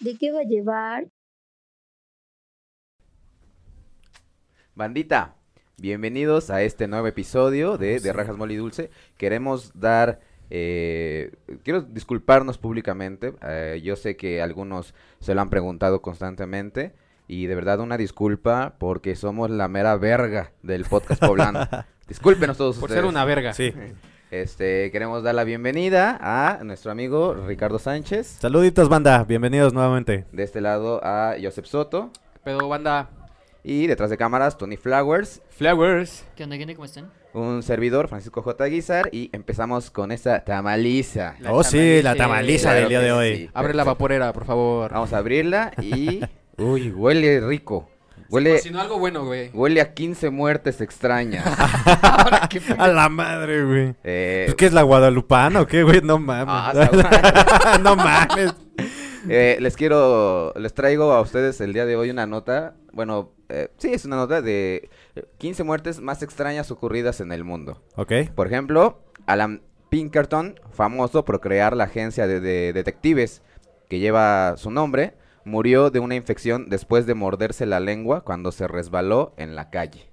¿De qué va a llevar? Bandita, bienvenidos a este nuevo episodio de, de Rajas Moli Dulce. Queremos dar. eh, quiero disculparnos públicamente. eh, yo sé que algunos se lo han preguntado constantemente. Y de verdad, una disculpa porque somos la mera verga del podcast poblano. Discúlpenos todos Por ustedes. ser una verga. Sí. Este, queremos dar la bienvenida a nuestro amigo Ricardo Sánchez. Saluditos, banda. Bienvenidos nuevamente. De este lado a Joseph Soto. Pero banda Y detrás de cámaras, Tony Flowers. Flowers. ¿Qué onda, gente? ¿Cómo están? un servidor, Francisco J. Guizar, y empezamos con esa tamaliza. La oh, sí, la tamaliza. tamaliza Claro del día que de hoy. sí. Abre la vaporera, por favor. Vamos a abrirla y... Uy, huele rico. Huele, Si no, algo bueno, güey. huele a 15 muertes extrañas. A la madre, güey. Eh, ¿Pues ¿Qué es la guadalupana o qué, güey? No mames. Ah, esa- no mames. eh, les quiero, les traigo a ustedes el día de hoy una nota, bueno, eh, sí, es una nota de 15 muertes más extrañas ocurridas en el mundo. Ok. Por ejemplo, Alan Pinkerton, famoso por crear la agencia de, de detectives que lleva su nombre, murió de una infección después de morderse la lengua cuando se resbaló en la calle.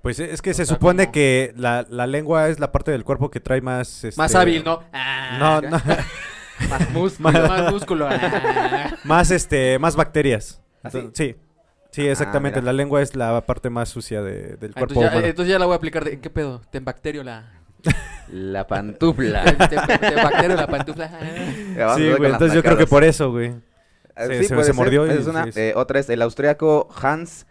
Pues es que se sea, supone como- que la, la lengua es la parte del cuerpo que trae más... este, Más hábil, ¿no? Ah, Ah, No, no. Más músculo. más músculo. Ah. más, este, más bacterias. ¿Ah, sí? Ah, Entonces, sí. Sí, exactamente. mira. la lengua es la parte más sucia de- del Ah, entonces, ya, cuerpo eh, humano. entonces ya la voy a aplicar de... ¿Qué pedo? Te embacterio la... La Te, pantufla. te- te embacterio la pantufla. sí, güey. Entonces yo creo que por eso, güey. Ah, se- sí, se- se puede ser, mordió y- esa es una. sí, sí. Eh, otra es el austriaco Hans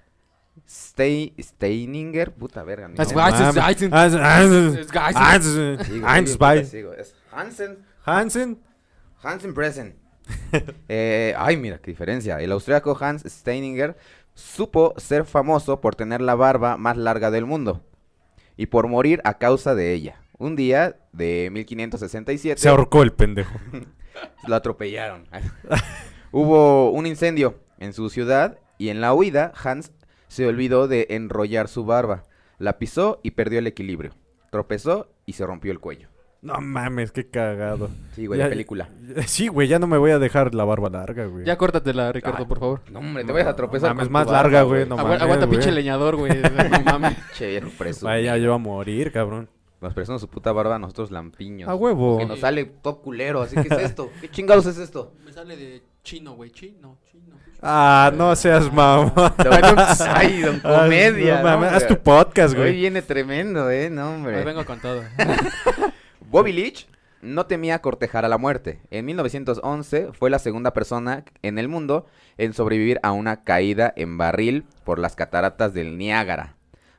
Stei- Steininger. Puta verga. ni Ah, nombre. sí, Ay, Mames. ay, sí. Ah, sí, ah, sí. Ay, sí. Ah, sí, Sí, sí. güey, Ah, sí, sí, puta, bye. sí, güey, es Hansen. Hansen. Hansen Presen. Eh, ay, mira, qué diferencia. El austriaco Hans Steininger supo ser famoso por tener la barba más larga del mundo y por morir a causa de ella. Un día de 1567 Se ahorcó el pendejo. lo atropellaron. Hubo un incendio en su ciudad y en la huida Hans se olvidó de enrollar su barba. La pisó y perdió el equilibrio. Tropezó y se rompió el cuello. No mames, qué cagado. Sí, güey, Ya- la película. Sí, güey, ya no me voy a dejar la barba larga, güey. Ya córtatela, Ricardo, por favor. No, hombre, te vayas a tropezar. mames, tu más barba, larga, güey, no Agua- mames, aguanta güey. pinche leñador, güey. No mames. Che, viejo preso. Vaya, ya yo voy a morir, cabrón. Nos presume su puta barba a nosotros lampiños. A huevo. Que nos sale todo culero, así que es esto. ¿Qué chingados es esto? Me sale de chino, güey. Chino, chino. Ah, no seas mamá. pues, Ay, don Ah, Comedia. no no, mames, haz hombre. tu podcast, Hoy güey. viene tremendo, eh, no, Ahí hombre. vengo con todo. Bobby Leach no temía cortejar a la muerte. En 1911 fue la segunda persona en el mundo en sobrevivir a una caída en barril por las cataratas del Niágara.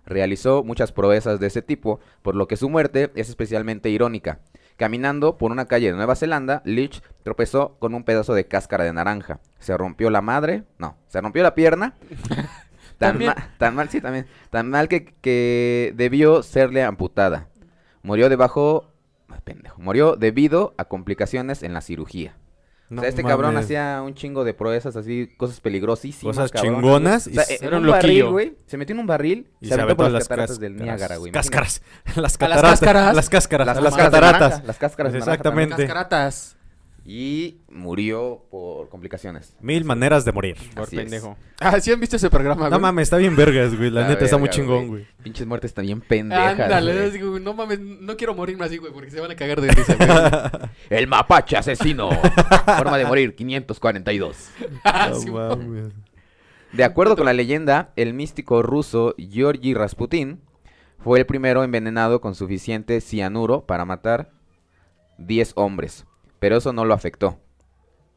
Realizó muchas proezas de ese tipo, por lo que su muerte es especialmente irónica. Caminando por una calle de Nueva Zelanda, Leach tropezó con un pedazo de cáscara de naranja. Se rompió la madre, no, se rompió la pierna. Tan, También. ma- tan mal, sí, también. Tan mal que, que debió serle amputada. Murió debajo. ah, Pendejo. Murió debido a complicaciones en la cirugía. No o sea, este mames. cabrón hacía un chingo de proezas así, cosas peligrosísimas. Cosas cabronas, chingonas güey. y O sea, se- en era un un barril, loquillo. güey. Se metió en un barril y se, aventó por las cataratas del cáscaras. Niágara, güey. imagínate. Cáscaras. Las ¿A las cataratas. cáscaras? Las cáscaras. Las, a Las cáscaras de naranja, cataratas. Las cáscaras de naranja Exactamente. también. Cascaratas. Y murió por complicaciones. Mil maneras de morir. Por Así es. pendejo. Ah, ¿sí han visto ese programa, No güey? mames, está bien vergas, güey. La, La neta está muy verga, chingón, güey. Pinches muertes también pendejas. Ándale, güey. es, güey, no mames, no quiero morirme así, güey, porque se van a cagar de risa, güey. El mapache asesino. Forma de morir, 542. Ah, No sí, mames. De acuerdo con la leyenda, el místico ruso Georgi Rasputin fue el primero envenenado con suficiente cianuro para matar 10 hombres, pero eso no lo afectó.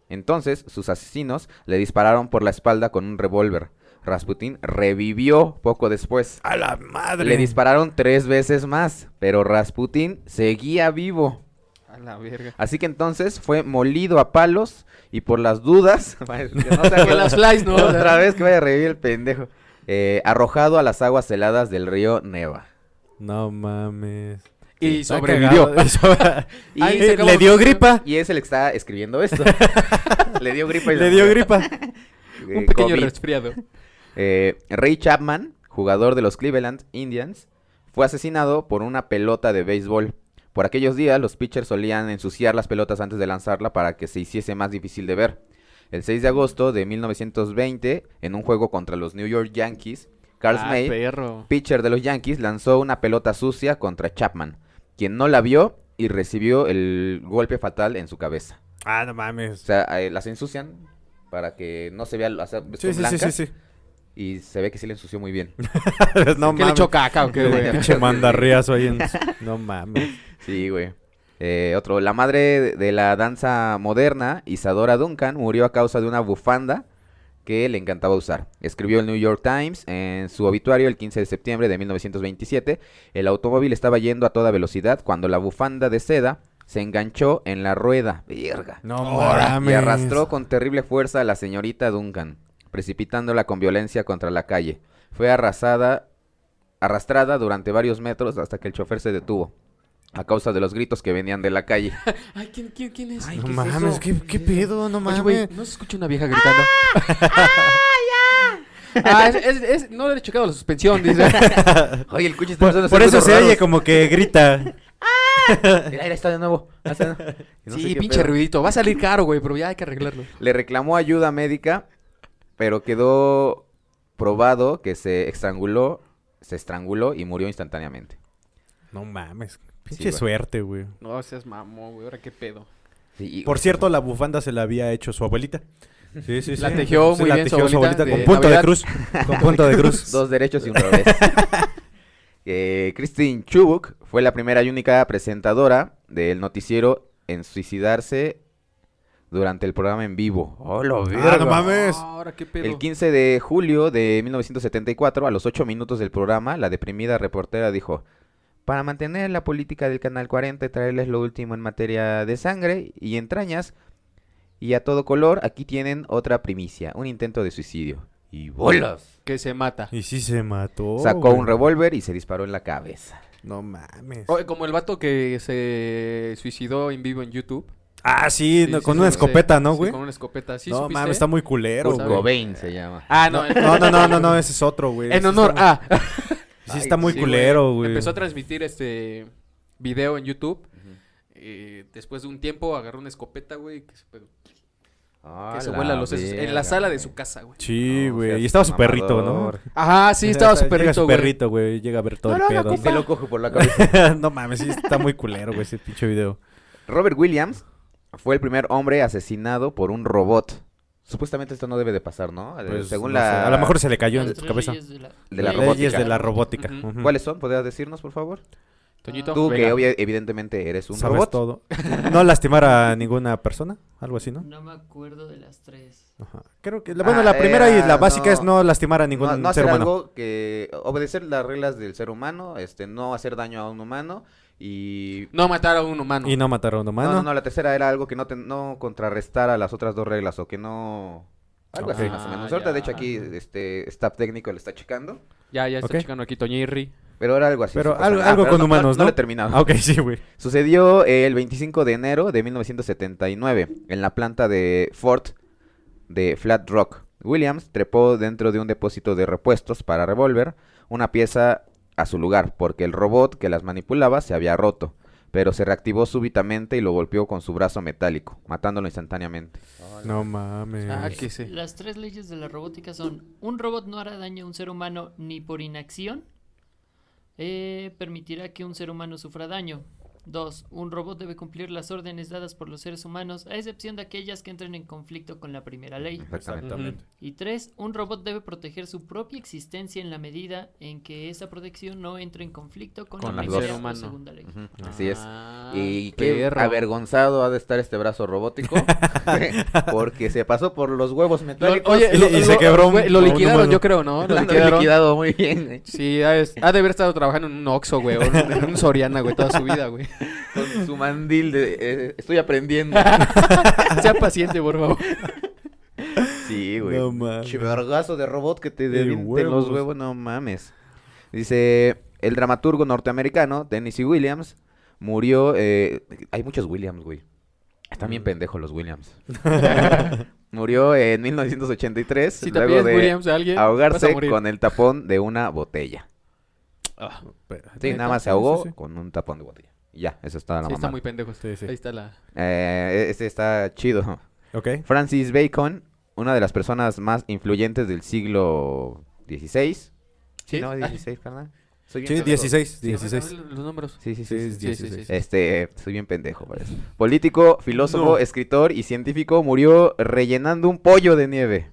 Entonces, sus asesinos le dispararon por la espalda con un revólver. Rasputin revivió poco después. A la madre. Le dispararon tres veces más, pero Rasputin seguía vivo. A la verga. Así que entonces fue molido a palos y por las dudas, que no se Con las flies, ¿no? O sea, otra vez que vaya a revivir el pendejo. Eh, arrojado a las aguas heladas del río Neva. No mames. Y Está sobrevivió. cagado. Eso- Y, Ay, Eh, se acabó le su- dio gripa. y es el que está escribiendo esto. le dio gripa. y Le se dio murió. gripa. Eh, Un pequeño COVID. resfriado. Eh, Ray Chapman, jugador de los Cleveland Indians, fue asesinado por una pelota de béisbol. Por aquellos días, los pitchers solían ensuciar las pelotas antes de lanzarla para que se hiciese más difícil de ver. El 6 de agosto de 1920, en un juego contra los New York Yankees, Carl Ah, Smith, perro. pitcher de los Yankees, lanzó una pelota sucia contra Chapman, quien no la vio y recibió el golpe fatal en su cabeza. Ah, no O mames. sea, eh, las ensucian para que no se vea, o sea, Sí, son sí, sí, blancas, sí, sí. y se ve que sí le ensució muy bien. no ¿Qué le mames. choca acá o qué, El güey? pinche mandarriazo ahí en... No mames. Sí, güey. Eh, otro, la madre de- de la danza moderna, Isadora Duncan, murió a causa de una bufanda que le encantaba usar. Escribió el New York Times en su obituario el 15 de septiembre de 1927. El automóvil estaba yendo a toda velocidad cuando la bufanda de seda se enganchó en la rueda. Verga. No Y mames. arrastró con terrible fuerza a la señorita Duncan, precipitándola con violencia contra la calle. Fue arrasada, arrastrada durante varios metros hasta que el chofer se detuvo, a causa de los gritos que venían de la calle. Ay, ¿quién, quién, quién es? No mames, ¿qué, qué pedo? No Oye, mames. güey, pues, no se escucha una vieja gritando. ¡Ah, ya! Ah, es, es, es- no le he checado la suspensión, dice. Oye, el coche está por, haciendo por eso ruidos se raros. oye como que grita. Mira, mira, está de nuevo. Ah, está de nuevo. Y no sé sí, qué pinche pedo. ruidito. Va a salir caro, güey, pero ya hay que arreglarlo. Le reclamó ayuda médica, pero quedó probado que se estranguló, se estranguló y murió instantáneamente. No mames. Pinche güey. suerte, güey. No seas mamón, güey. Ahora qué pedo. Sí, Por cierto, la bufanda se la había hecho su abuelita. Sí, sí, sí. La tejió Sí, muy la bien su tejió su abuelita abuelita, de con punto Navidad. de cruz. Con punto de cruz. Dos derechos y un revés. Eh, Christine Chubuk fue la primera y única presentadora del noticiero en suicidarse durante el programa en vivo. ¡Hola, Ah, no mames. Ahora qué pedo. El 15 de julio de 1974, a los 8 minutos del programa, la deprimida reportera dijo: Para mantener la política del Canal 40 y traerles lo último en materia de sangre y entrañas, y a todo color, aquí tienen otra primicia: un intento de suicidio. Y bolas. Que se mata. Y sí se Oh, mató. Sacó güey. un revólver y se disparó en la cabeza. No mames. Oye, como el vato que se suicidó en vivo en YouTube. Ah, sí, Sí, no, sí, con sí, una lo sé. escopeta, ¿no, Sí, güey? con una escopeta. ¿Sí no supiste? Pues, mames, está muy culero, Kurt sabe. güey. Cobain se llama. Ah, no. No, no, no, no, no, ese es otro, güey. En Ese honor está muy- a... Sí está muy Sí, culero, güey. Empezó a transmitir este video en YouTube. eh, después de un tiempo agarró una escopeta, güey, que se, que Ah, se la vuela los sesos en verga, la sala de güey. su casa, güey. Sí, No güey. seas y estaba su perrito, ¿no? mamador. Ajá, sí, estaba Llega- su llega perrito, güey. perrito, güey. Llega a ver No todo el lo haga, pedo. Y se lo coge por la cabeza. no mames, sí está muy culero, güey, ese pinche video. Robert Williams fue el primer hombre asesinado por un robot. Supuestamente esto no debe de pasar, ¿no? Eh, Pues, Según no sé, la... A lo mejor se le cayó en Las su tres cabeza. leyes de la- De la Leyes robótica. de la robótica. Ujú. Ujú. ¿Cuáles son? ¿Podrías decirnos, por favor? Toñito, Tú, que venga. obvia- evidentemente eres un Sabes robot. todo. No lastimar a ninguna persona, algo así, ¿no? No me acuerdo de las tres. Ajá. Creo que, la- bueno, la Ah, primera y era, la básica no. es no lastimar a No, ningún no ser hacer humano. algo que... Obedecer las reglas del ser humano, este, no hacer daño a un humano y... No matar a un humano. Y no matar a un humano. No, no, no, la tercera era algo que no, te- no contrarrestara las otras dos reglas o que no... Algo así Ok. más o menos. Ah, Ahorita, de hecho, ya. aquí este staff técnico lo está checando. Ya, ya está Ok. checando aquí Toñirri. Pero era algo así. Pero supuestamente. algo, algo pero con humanos, No, ¿no? lo he terminado. Ah, ok, sí, güey. Sucedió eh, el 25 de enero de 1979 en la planta de Ford de Flat Rock. Williams trepó dentro de un depósito de repuestos para revólver una pieza a su lugar porque el robot que las manipulaba se había roto, pero se reactivó súbitamente y lo golpeó con su brazo metálico, matándolo instantáneamente. No mames. Ah, que sí. Las tres leyes de la robótica son: un robot no hará daño a un ser humano ni por inacción. eh, permitirá que un ser humano sufra daño. Dos, un robot debe cumplir las órdenes dadas por los seres humanos, a excepción de aquellas que entren en conflicto con la primera ley. pues, Exactamente. Y tres, un robot debe proteger su propia existencia en la medida en que esa protección no entre en conflicto con, Con la las primera dos. o Humano. segunda ley. Ujú, Así es. Ah, Y qué perro. avergonzado ha de estar este brazo robótico porque se pasó por los huevos Lo- metálicos. oye, Y- lo, y se lo- quebró un- güey, lo un liquidaron, humano. yo creo, ¿no? Lo Lo han liquidaron. liquidado muy bien. eh, Sí, ha, es- ha de haber estado trabajando en un Oxxo, güey, o en un- en un Soriana, güey, toda su vida, güey. Con su mandil de eh, estoy aprendiendo. Sea paciente, por favor. Sí, güey. No mames. Pinche vergazo de robot que te De devienten huevos. los huevos, no mames. Dice, el dramaturgo norteamericano, Tennessee Williams, murió... eh, hay muchos Williams, güey. Están Mm. bien pendejos los Williams. murió en 1983, Si te luego pides de Williams a alguien, vas a ahogarse morir. con el tapón de una botella. Ah, Pero- Sí, neta, nada más se sí, ahogó sí, sí. con un tapón de botella. Y ya, eso está la sí, está mamada. muy pendejo. este Sí, sí. Ahí está la. Eh, este está chido. Ok. Francis Bacon, una de las personas más influyentes del siglo XVI. Sí, ¿Sí? no, Ah, 16, carnal. Soy bien Sí, pendejo. 16, sí, a 16. ver Los números. Sí, sí, Sí, sí. es sí. sí, sí, sí, 16. sí. Este, soy bien pendejo para eso. Político, filósofo, No. escritor y científico murió rellenando un pollo de nieve.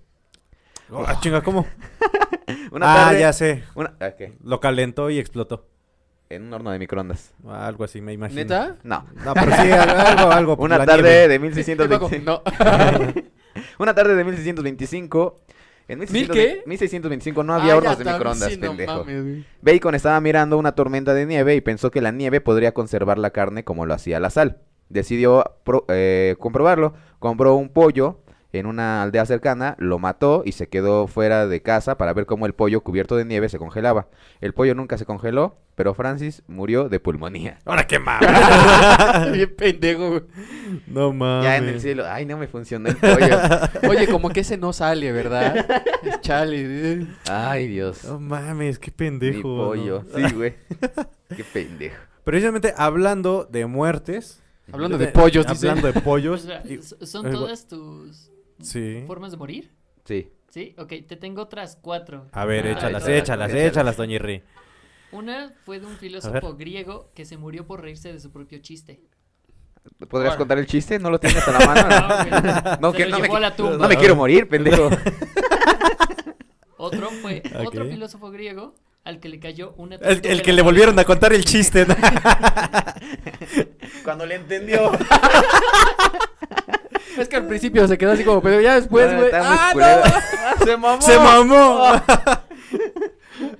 Oh, ah, chinga, ¿cómo? Una ah, tarde- ya sé. una- ah, ¿qué? Lo calentó y explotó. En un horno de microondas. Algo así, me imagino. ¿Neta? No. No, pero sí, algo, algo. Una la tarde nieve. de Te pago. 1625. No. Una tarde de 1625. En ¿Mil qué? 1625 no había Ah, ya hornos de está, microondas, sí, no pendejo. mames, güey. Bacon estaba mirando una tormenta de nieve y pensó que la nieve podría conservar la carne como lo hacía la sal. Decidió pro- eh, comprobarlo, compró un pollo en una aldea cercana, lo mató y se quedó fuera de casa para ver cómo el pollo cubierto de nieve se congelaba. El pollo nunca se congeló, pero Francis murió de pulmonía. Ahora qué mames. Bien pendejo, güey. no mames. ya en el cielo, ay, no me funcionó el pollo. Oye, como que ese no sale, ¿verdad? Es chale. ay, Dios. No mames, qué Mi pendejo. ¿no? pollo. Sí, güey. Qué pendejo. Precisamente hablando de muertes. Hablando de pollos, dice. Hablando de O pollos. sea, y- s- ¿Son eh, todas tus Sí. formas de morir? Sí. Sí, ok, te tengo otras cuatro. A ver, Ah, échalas, ahorita. échalas, échalas. échalas, doña Irri. Una fue de un filósofo griego que se murió por reírse de su propio chiste. ¿Podrías Ahora. contar el chiste? ¿No lo tienes a la mano? no? Ah, ok. No, Se que lo no me, llevó a la tumba. no me quiero morir, pendejo. Otro fue otro Ok. filósofo griego al que le cayó una El, tortuga el que en la le cabeza. volvieron a contar el chiste. ¿no? Cuando le entendió. Es que al principio se quedó así como, pero ya después, güey. ¡Ah, no! Se mamó. ¡Se mamó!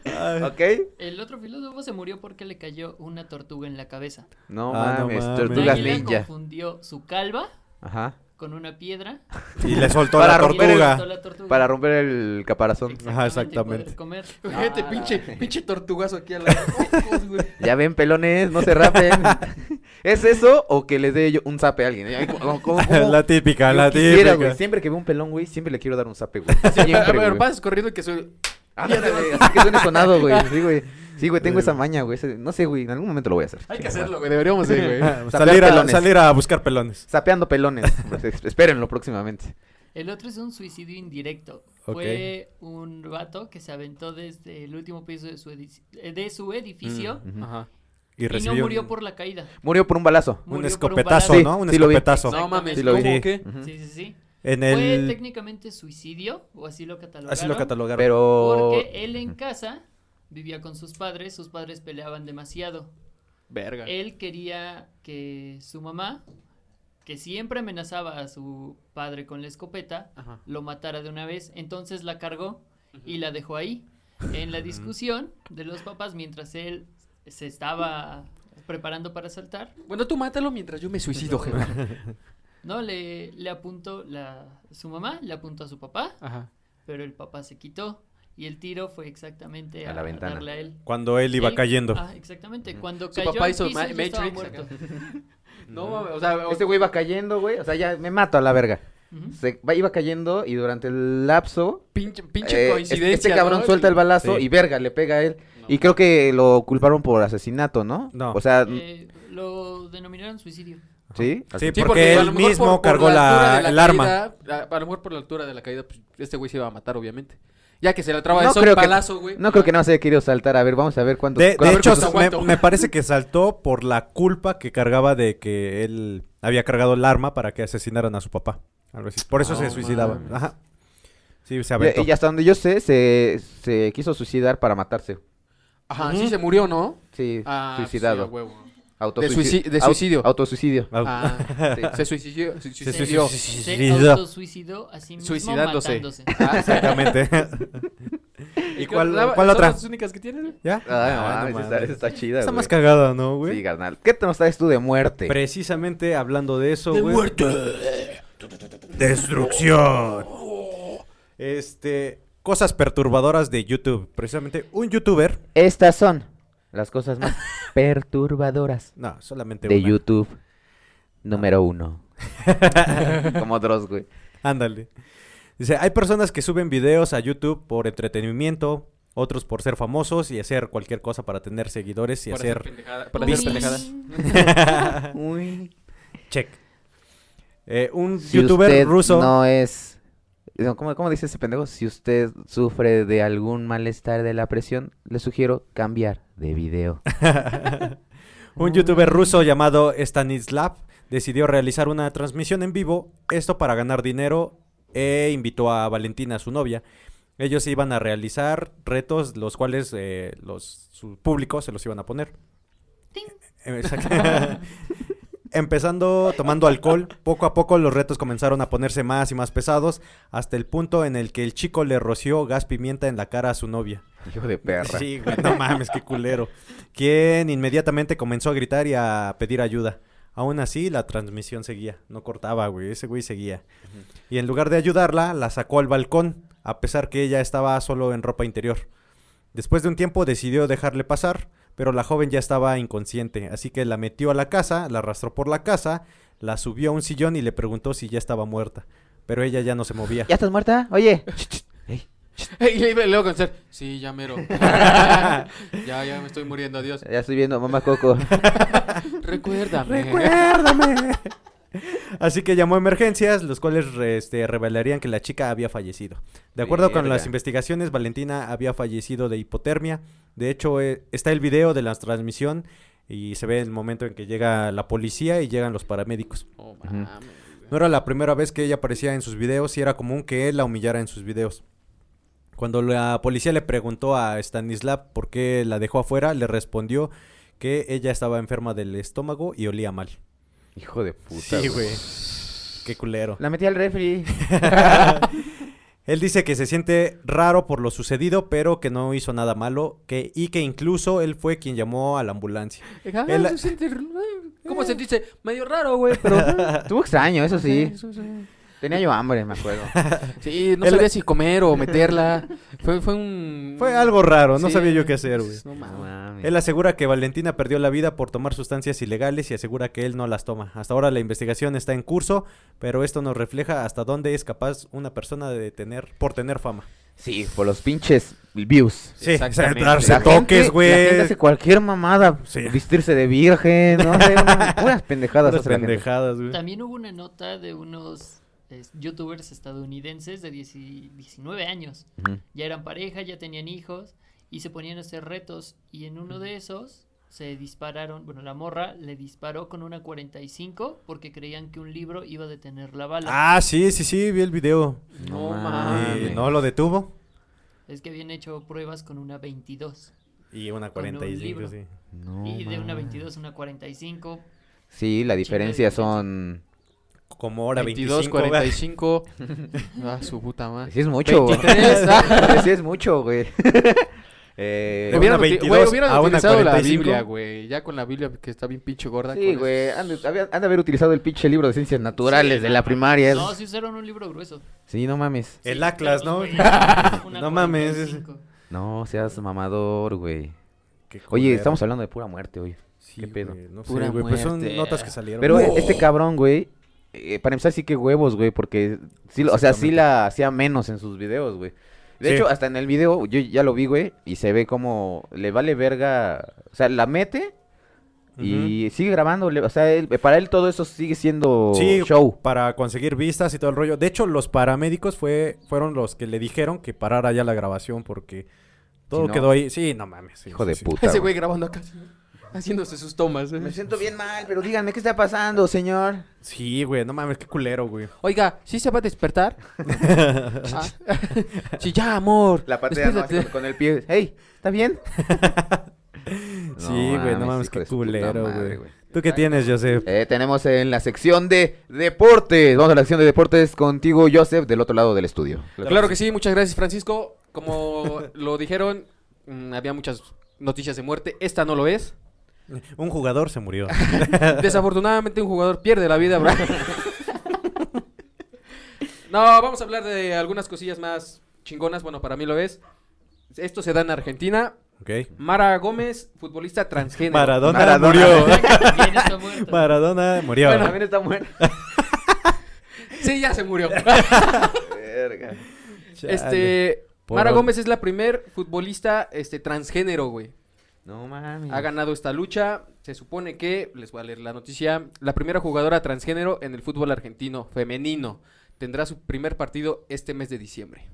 Ay. ¿Ok? El otro filósofo se murió porque le cayó una tortuga en la cabeza. No Ah, no mames, mames. La tortugas águila ninja. confundió su calva Ajá. con una piedra Y le soltó Para la romper el- tortuga. soltó la tortuga. Para romper el caparazón. Ajá, Exactamente, exactamente. y poder comer. Ah, Fíjate, este pinche, pinche tortugazo aquí a la ojos, güey. Ya ven, pelones, no se rapen. ¿Es eso o que les dé yo un zape a alguien? Ay, ¿Cómo, cómo- cómo? La típica, Yo la quisiera, güey. típica. Siempre que veo un pelón, güey, siempre le quiero dar un zape, güey. A Siempre, ver, güey. pasas corriendo y que soy. Ándale, güey, así que suene sonado, güey. Sí, güey. Sí, güey, tengo esa maña, güey. Ese- No sé, güey, en algún momento lo voy a hacer. Hay que Chinga, hacerlo, güey. Deberíamos de, güey. Ah, Sapear Salir a, pelones. salir a buscar pelones. Sapeando pelones. Pues, es- Espérenlo próximamente. El otro es un suicidio indirecto. Ok. Fue un vato que se aventó desde el último piso de su, edici- eh, de su edificio Ujú. Ajá. Y, y no Mm. recibió murió un, por la caída. Murió por un balazo. un murió por un escopetazo, balazo. ¿no? Un Sí, sí lo vi. escopetazo. No mames, Sí lo vi. ¿cómo Sí. qué? Ujú. Sí, sí, sí. En Fue el... técnicamente suicidio, o así lo catalogaron. Así lo catalogaron. Pero. Porque él en casa vivía con sus padres, sus padres peleaban demasiado. Verga. Él quería que su mamá, que siempre amenazaba a su padre con la escopeta, Ajá. lo matara de una vez. Entonces la cargó y la dejó ahí. En la discusión de los papás, mientras él se estaba preparando para saltar, Bueno, tú mátalo mientras yo me suicido, Pero- jefe. no le, le apuntó la, su mamá, le apuntó a su papá, Ajá. pero el papá se quitó y el tiro fue exactamente A a, la ventana. darle a él. Cuando él iba Él- cayendo. Ah, exactamente. Cuando Su cayó papá al hizo piso, Ma- ya estaba Matrix muerto. No, mames, o sea, Este güey iba cayendo, güey. O sea, ya me mato a la verga. Ujú. Se va- iba cayendo y durante el lapso. pinche, eh, pinche es- coincidencia. Este cabrón ¿no? suelta el balazo Sí. y verga, le pega a él. y creo que lo culparon por asesinato, ¿no? No. O sea, Eh, lo denominaron suicidio. ¿sí? Sí, Sí, porque, a lo él mejor mismo por- por cargó altura la, de el arma. caída, a, a lo mejor por la altura de la caída, pues este güey se iba a matar, obviamente. Ya que se le atraba No el sol, creo que- palazo, güey. No creo que no se haya querido saltar. A ver, vamos a ver cuánto. De, cuánto- de hecho, cuánto- me, cuánto. me parece que saltó por la culpa que cargaba de que él había cargado el arma para que asesinaran a su papá. Algo así. Por eso No se suicidaba. mames. Ajá. Sí, y, se aventó. y hasta donde yo sé, se, se quiso suicidar para matarse. Ajá, sí se murió, ¿no? Sí, Ah, pues sí, suicidado. a huevo. Autosuicid- suici- de au- suicidio. autosuicidio. Ah, Sí. se suicidió. Se Se suicidió. Se suicidó. autosuicidó a sí mismo Suicidándose. matándose. Ah, sí. Exactamente. ¿Y cuál- la- cuál son otra? las únicas que tienen? ¿Ya? Ay, Ah, no, no mames, mames. esa- esa está chida, Está más güey. cagada, ¿no, güey? Sí, carnal. ¿Qué te nos traes tú de muerte? Precisamente hablando de eso, güey. Destrucción. Este, cosas perturbadoras de YouTube. Precisamente un youtuber, Estas son las cosas más perturbadoras no, solamente de una. Ah. YouTube. Número uno. Como Dross, güey. Ándale. Dice, hay personas que suben videos a YouTube por entretenimiento, otros por ser famosos y hacer cualquier cosa para tener seguidores y Por hacer hacer pendejada- por hacer Uy. pendejadas. Uy. check. Eh, un Si youtuber usted ruso. no es... no, ¿Cómo, cómo dice ese pendejo? Si usted sufre de algún malestar de la presión, le sugiero cambiar de video. Un youtuber ruso llamado Stanislav decidió realizar una transmisión en vivo, esto para ganar dinero, e invitó a Valentina, su novia. Ellos iban a realizar retos, los cuales eh, los, su público se los iban a poner. Eh, exacto. Empezando tomando alcohol, poco a poco los retos comenzaron a ponerse más y más pesados, hasta el punto en el que el chico le roció gas pimienta en la cara a su novia. Hijo de perra. Sí, güey, no mames, qué culero. Quien inmediatamente comenzó a gritar y a pedir ayuda. Aún así, la transmisión seguía. No cortaba, güey. Ese güey seguía. Y en lugar de ayudarla, la sacó al balcón, a pesar que ella estaba solo en ropa interior. Después de un tiempo decidió dejarle pasar, pero la joven ya estaba inconsciente, así que la metió a la casa, la arrastró por la casa, la subió a un sillón y le preguntó si ya estaba muerta. Pero ella ya no se movía. ¿Ya estás muerta? Oye. Ey. Y le iba- luego contestar, sí, ya mero. ya, ya me estoy muriendo, adiós. Ya estoy viendo, mamá Coco. Recuérdame. ¡Recuérdame! Así que llamó a emergencias, los cuales re- este, revelarían que la chica había fallecido. De acuerdo con Verga. las investigaciones, Valentina había fallecido de hipotermia. De hecho, eh, está el video de la transmisión y se ve el momento en que llega la policía y llegan los paramédicos. Oh, mames. No era la primera vez que ella aparecía en sus videos y era común que él la humillara en sus videos. Cuando la policía le preguntó a Stanislav por qué la dejó afuera, le respondió que ella estaba enferma del estómago y olía mal. Hijo de puta. Sí, güey. Qué culero. La metí al refri. Él dice que se siente raro por lo sucedido, pero que no hizo nada malo que, y que incluso él fue quien llamó a la ambulancia. Ah, El- eh. se siente r- ¿Cómo se dice? Medio raro, güey, pero... Eh, Estuvo extraño, eso sí. Eso sí. Tenía yo hambre, me acuerdo. Sí, no El- sabía si comer o meterla. Fue, fue un... Mm, Fue algo raro, no Sí. sabía yo qué hacer, güey. No No mames. mames. Él asegura que Valentina perdió la vida por tomar sustancias ilegales y asegura que él no las toma. Hasta ahora la investigación está en curso, pero esto nos refleja hasta dónde es capaz una persona de tener por tener fama. Sí, por los pinches views. Sí, Exactamente. darse La Se gente- toques, La gente güey. hace cualquier mamada. Sí. Vestirse de virgen, no sé, una- puras pendejadas. Puras hace la gente. pendejadas, güey. También hubo una nota de unos es, youtubers estadounidenses de 10 y 19 años. Ujú. Ya eran pareja, ya tenían hijos y se ponían a hacer retos. Y en uno de esos se dispararon, bueno, la morra le disparó con una 45 porque creían que un libro iba a detener la bala. Ah, sí, sí, sí, vi el video. No No mames. Y no lo detuvo. Es que habían hecho pruebas con una 22. Y una Con un 45, libro. sí. No y de una mames. 22 a una 45. Sí, la diferencia son. Como hora 22, 22, 45. ah, su puta madre. Sí, es mucho, güey. 23, Sí, es mucho, güey. Eh, De Hubieran, una uti- 22 güey, hubieran a una utilizado la 45. Biblia, güey. Ya con la Biblia que está bien pinche gorda. con Sí, eso. güey. Han de, había- han de haber utilizado el pinche libro de ciencias naturales de la primaria. No, se usaron un libro grueso. Sí, no mames. El Atlas, ¿no? No no mames, es- No seas mamador, güey. Oye, estamos hablando de pura muerte hoy. ¿Qué pedo? no Pura sé, güey, pues son muerte. notas que salieron. Pero güey. e- este cabrón, güey. eh, para empezar, sí que huevos, güey. Porque, sí, lo- o sea, sí Exactamente. la hacía menos en sus videos, güey. De Sí. hecho, hasta en el video, yo ya lo vi, güey. Y se ve como le vale verga. O sea, la mete y sigue grabando. le- O sea, él- eh, para él todo eso sigue siendo Sí, show. para conseguir vistas y todo el rollo. De hecho, los paramédicos fue, fueron los que le dijeron que parara ya la grabación porque todo Si no- quedó ahí. Sí, no mames. sí, Hijo sí, de sí. puta. Ese güey. güey grabando acá, así, haciéndose sus tomas. ¿eh? Me siento bien mal, pero díganme qué está pasando, señor. Sí, güey, no mames, qué culero, güey. Oiga, ¿sí se va a despertar? Ah. sí, ya, amor. La patea Después no, de- así con el pie. ¡Hey! ¿Está bien? sí, güey, no mames, hijo de qué su puta culero, madre, güey. ¿Tú qué tienes, Joseph? Eh, tenemos en la sección de deportes. Vamos a la sección de deportes contigo, Joseph, del otro lado del estudio. Claro que sí, muchas gracias, Francisco. Como lo dijeron, mm, había muchas noticias de muerte. Esta no lo es. Un jugador se murió. Desafortunadamente un jugador pierde la vida, bro. No, vamos a hablar de algunas cosillas más chingonas. Bueno, para mí lo es. Esto se da en Argentina. ok. Mara Gómez, futbolista transgénero. Maradona, Maradona. murió. Bien, está muerto. Maradona murió. Bueno, también está muerto. Sí, ya se murió. Verga. Chale. este, Por Mara ol- Gómez es la primer futbolista este, transgénero, güey. No mames. Ha ganado esta lucha. Se supone que, les voy a leer la noticia, la primera jugadora transgénero en el fútbol argentino femenino tendrá su primer partido este mes de diciembre.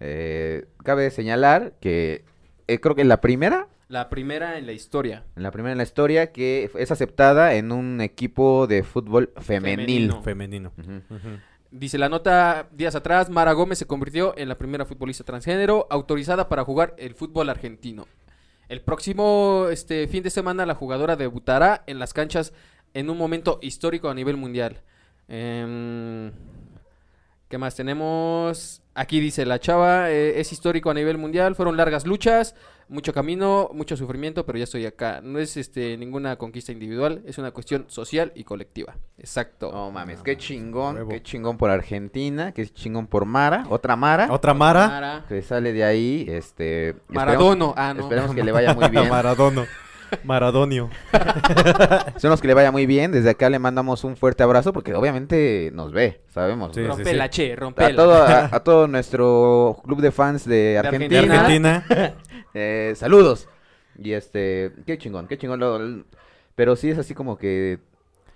Eh, cabe señalar que eh, creo que la primera, La primera en la historia. la primera en la historia que f- es aceptada en un equipo de fútbol femenil. Femenino. Femenino. Ujú. Ujú. Dice la nota días atrás, Mara Gómez se convirtió en la primera futbolista transgénero autorizada para jugar el fútbol argentino. El próximo este, fin de semana la jugadora debutará en las canchas en un momento histórico a nivel mundial. Em, ¿Qué más tenemos? Aquí dice la chava, eh, es histórico a nivel mundial, fueron largas luchas, mucho camino, mucho sufrimiento, pero ya estoy acá. No es este, ninguna conquista individual, es una cuestión social y colectiva. Exacto. No mames, qué chingón, huevo. qué chingón por Argentina, qué chingón por Mara, otra Mara Otra Mara. Mara. que sale de ahí, este esperemos- Maradono. Ah, no. Esperemos que le vaya muy bien. Maradono. Maradonio. Esperemos que le vaya muy bien. Desde acá le mandamos un fuerte abrazo porque obviamente nos ve, sabemos. Sí, ¿no? sí. rompe la che, rompe A todo, a, a todo nuestro club de fans de Argentina, De Argentina. Argentina. eh, saludos. Y este, qué chingón, qué chingón. lo- lo- pero sí es así como que.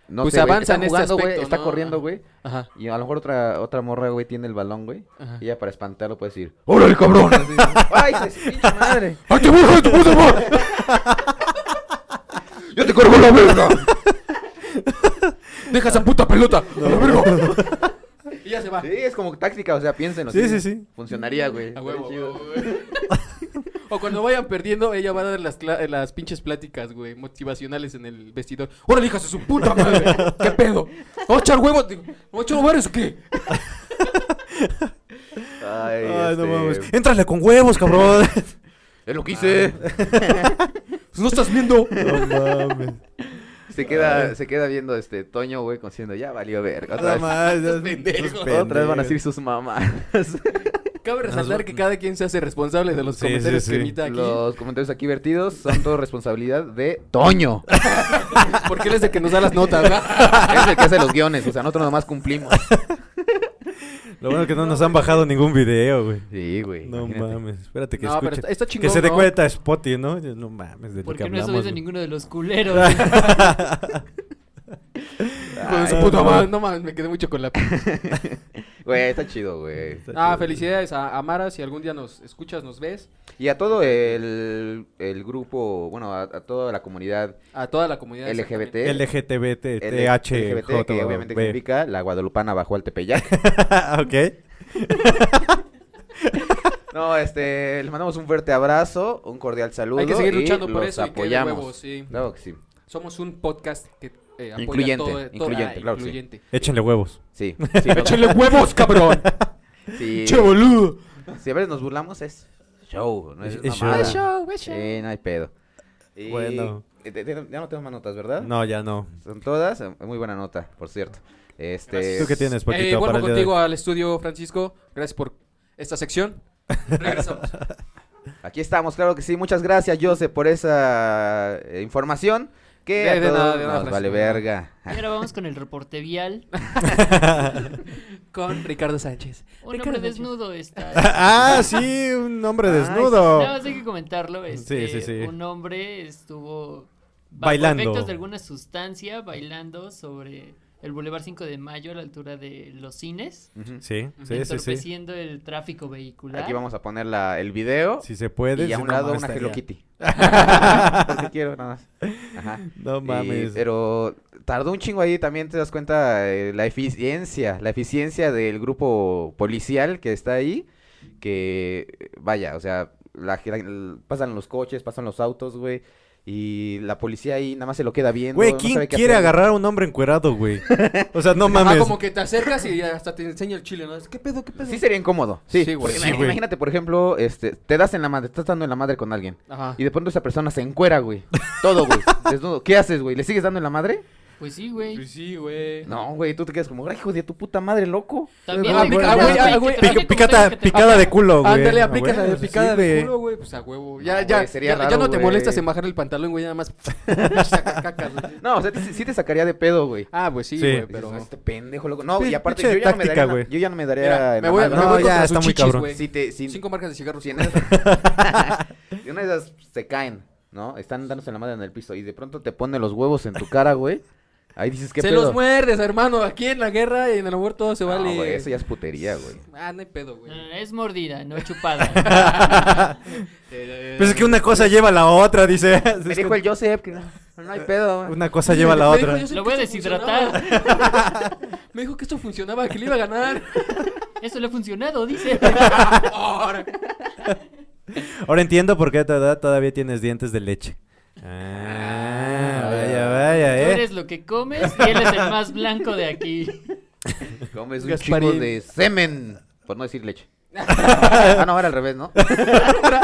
No Pues sé, güey, está avanza en este jugando, güey, aspecto, está ¿no? corriendo, Ajá. güey. Ajá. Y a lo mejor otra, otra morra, güey, tiene el balón, güey. Ah. Ajá. Y ya para espantarlo puede decir, ¡Órale, cabrón! Así, ¡Ay, pues, pinche madre! ¡Ay, te voy, hijo de tu puta madre! ¡Yo te corro la verga! Deja esa puta pelota. Y ya se va. Sí, es como táctica, o sea, piénsenlo. Sí, sí, sí. Funcionaría, güey. A huevo, Estaría chido. a huevo, güey. O cuando vayan perdiendo, ella va a dar las, cla- eh, las pinches pláticas, güey, motivacionales en el vestidor. ¡Órale, hijas de su puta madre! ¿Qué pedo? ¿Vamos a echar huevos? de- ¿Vamos a echar huevos o qué? Ay, Ay, no este, mames. Éntrale con huevos, cabrón. Es lo que hice. Pues no estás viendo. No mames. Se queda, se queda viendo este Toño, güey, como diciendo, ya valió verga. Otra No vez, mames. pendejos. esos otra vez van a pendejos. decir sus mamás. Cabe resaltar que cada quien se hace responsable de los Sí, comentarios sí, que sí. emita aquí. Los comentarios aquí vertidos son todo responsabilidad de Toño. Porque él es el que nos da las notas, ¿verdad? es el que hace los guiones, o sea, nosotros nomás cumplimos. Lo bueno que no nos han bajado ningún video, güey. Sí, güey. No imagínate. mames. Espérate que No, pero escuche. está- está chingón, que se dé ¿no? cuenta Spotty, ¿no? Yo, No mames, de lo que Porque no hablamos. eso dice güey. ninguno de los culeros. Hijo de su puta madre. No mames, me quedé mucho con la Güey, está chido, güey. Está Ah, chido. felicidades a, a Mara, si algún día nos escuchas, nos ves, Y a todo el, el grupo, bueno, a, a toda la comunidad a toda la comunidad. LGBT. exactamente. LGBT, ¿Eh? L- LGBT, que obviamente THJB. significa la guadalupana bajo al Tepeyac. Ah, Ok. No, este, les mandamos un fuerte abrazo, un cordial saludo. Hay que seguir y luchando por los eso. y que de apoyamos. huevos, sí. Claro que sí. Somos un podcast que eh, apoya Incluyente, todo, todo- incluyente, ah, claro que sí. incluyente. Échenle huevos. Sí. sí, no, ¡Échale huevos, Pues, cabrón! sí. boludo! Si a veces nos burlamos es show, no es, Es- una es show. mamada. Es show, es show. Sí, no hay pedo. Y- Bueno. eh, te- te- Ya no tenemos más notas, ¿verdad? No, ya no. Son todas, eh, muy buena nota, por cierto. Este, ¿Tú qué tienes, Poquito? Eh, vuelvo para el día de contigo al estudio, Francisco. Gracias por esta sección. Regresamos. Aquí estamos, claro que sí. Muchas gracias, Joseph, por esa eh, información. Que De- a de nada, todos de nada, nos vale Francisco. verga. Y ahora vamos con el reporte vial. Con Ricardo Sánchez. Un hombre desnudo está. ah, sí, un hombre Ay, desnudo. Nada más hay que comentarlo. este, sí, sí. Un hombre estuvo bajo Bailando. efectos de alguna sustancia bailando sobre el Boulevard 5 de Mayo a la altura de los cines, Ujú. Sí, sí, sí, sí. entorpeciendo el tráfico vehicular. Aquí vamos a poner la- el video. Si se puede. y a si un no, lado mal una estaría. Hello Kitty. Porque quiero, nada más. Ajá. No Y- mames. pero tardó un chingo ahí también, te das cuenta, eh, la eficiencia, la eficiencia del grupo policial que está ahí, que eh, vaya, o sea, la, la- el- pasan los coches, pasan los autos, güey, y la policía ahí nada más se lo queda viendo. Güey, no ¿quién sabe qué quiere hacer. agarrar a un hombre encuerado, güey? O sea, no mames. Ah, como que te acercas y hasta te enseña el chile, ¿no? ¿Qué pedo, qué pedo? Sí sería incómodo, sí. Sí, güey. porque Sí, ima- güey. Imagínate, por ejemplo, este, te das en la madre, estás dando en la madre con alguien. Ajá. Y de pronto esa persona se encuera, güey. Todo, güey. Desnudo. ¿Qué haces, güey? ¿Le sigues dando en la madre? Pues sí, güey. Pues sí, güey. No, güey, tú te quedas como, "Ay, hijo de tu puta madre, loco. También Ah, hay pica- que- ah, güey, ah, güey, que Pica- te trate como picata- tengas que tratar. picada de culo, güey. Ándale, Ah, aplica güey, la sí, picada de güey. culo, güey. Pues a huevo. No, Ya, ya, güey, sería ya, ya raro, no te güey. molestas en bajar el pantalón, güey, nada más. saca cacas, güey. No, o sea, sí, sí te sacaría de pedo, güey. Ah, pues sí, Sí. güey, Pero pero. este pendejo, loco. No, Pi- y aparte, pinche yo ya, no me táctica, daría, en la- güey. yo ya no me daría. Mira, en me la voy, madre. me No, voy ya, contra sus está muy chichis, cabrón. güey. Si te- si- Cinco marcas de cigarros. Si en esas- y una de esas se caen, ¿no? Están dándose la madre en el piso y de pronto te pone los huevos en tu cara, güey. Ahí dices, ¿qué Se pedo? los muerdes, hermano. Aquí en la guerra y en el amor todo se No, vale. güey, eso ya es putería, güey. Ah, no hay pedo, No, no, güey. no, es mordida, no chupada. Pues es que una cosa lleva a la otra, dice. Me dijo el Joseph que no, no hay pedo, güey. Una cosa lleva a la Me dijo, otra. yo sé Lo que voy a esto deshidratar. funcionaba. Me dijo que esto funcionaba, que le iba a ganar. Eso le ha funcionado, dice. Ahora. Ahora entiendo por qué a tu edad todavía tienes dientes de leche. Ah, vaya, vaya, Tú eh. eres lo que comes y él es el más blanco de aquí. Comes un Gasparín. chingo de semen, por no decir leche. ah, no, era al revés, ¿no?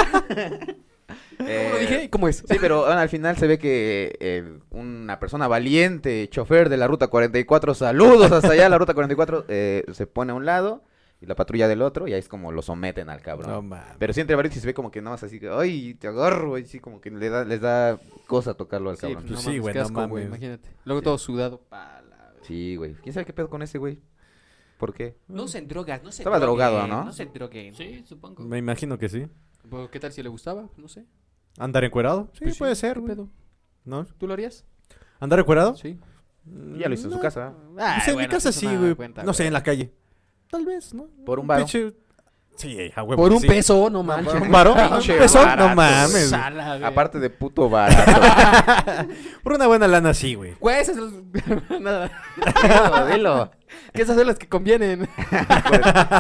¿Cómo lo Eh, dije? ¿Cómo es? Sí, pero bueno, al final se ve que eh, una persona valiente, chofer de la Ruta 44, saludos hasta allá, la Ruta 44 eh, se pone a un lado y la patrulla del otro y ahí es como lo someten al cabrón. No mames. pero sí entre varios y se ve como que nada más así, que, ay, te agarro, y sí, como que le da, les da cosa tocarlo al Sí, cabrón. pues, no sí, mames, güey, qué no asco, güey, mames. Imagínate. Luego todo sudado. Pa la- Sí, güey. ¿Quién sabe qué pedo con ese güey? ¿Por qué? No se drogas, no se Estaba drogado, droguen, ¿no? No se droguen. Sí, supongo. Me imagino que sí. Pues, ¿Qué tal si le gustaba? No sé. ¿Andar encuerado? Sí, Pues sí, puede ser, ¿Qué güey. pedo? ¿No? ¿Tú lo harías? ¿Andar encuerado? Sí. Ya lo hizo en su No. casa. Ah, Pues en mi casa sí, güey. No sé, en la calle. Tal vez, ¿no? Por un varo. Pinche- Sí, a huevo. Por que un pues sí. peso, no ¿Por manches. un varo? ¿Un Pinche peso? barato, No mames. güey. Sala, güey. Aparte de puto barato. Por una buena lana sí, güey. Güey, esas son las- Nada. dilo, dilo. Que esas son las que convienen. Pues,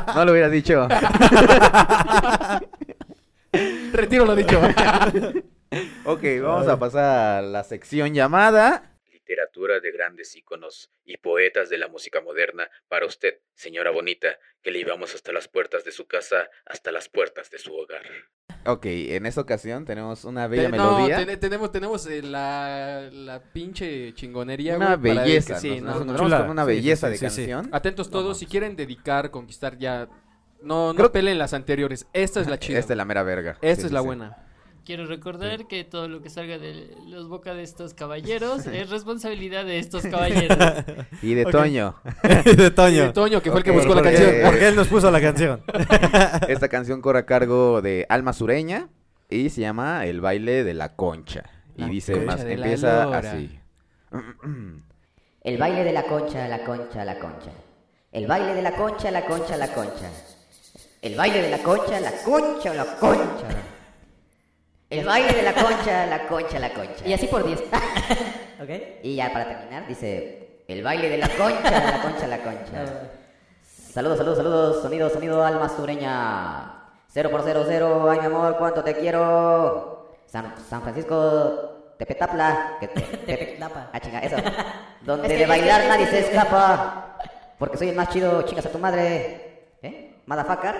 no lo hubiera dicho. Retiro lo dicho. Ok, vamos a pasar a la sección llamada. literatura de grandes íconos y poetas de la música moderna para usted, señora bonita, que le llevamos hasta las puertas de su casa, hasta las puertas de su hogar. Ok, en esta ocasión tenemos una bella Te- no, melodía. ten- tenemos, tenemos eh, la, la pinche chingonería, una güey, para belleza. dedicar- sí, nos- nos no, no. encontramos Chulada. con una Sí, sí, belleza sí, de sí, sí. canción. Atentos No todos, mames. si quieren dedicar, conquistar ya. No, no Creo- peleen las anteriores. Esta es la chida. Esta es la mera verga. Sí, Esta es sí, la sí. buena. Quiero recordar que todo lo que salga de los boca de estos caballeros es responsabilidad de estos caballeros. Y de Ok. Toño. De Y Toño. de Toño, que fue el que Ok, buscó la porque- canción. Porque él nos puso la canción. Esta canción corre a cargo de Alma Sureña y se llama El baile de la concha. Y La dice concha más, de la empieza lora. así. El baile de la concha, la concha, la concha. El baile de la concha, la concha, la concha. El baile de la concha, la concha, la concha. El baile de la concha, la concha, la concha. Y así por 10. Y ya para terminar dice, el baile de la concha, la concha, la concha. Saludos, saludos, saludos, sonido, sonido, alma sureña. Cero por cero, cero, ay mi amor, cuánto te quiero. San, San Francisco, Tepetapla, que te, Tepetapa. Ah, chinga, eso. Donde de bailar nadie se escapa. Porque soy el más chido, chicas a tu madre. ¿Eh? Motherfucker.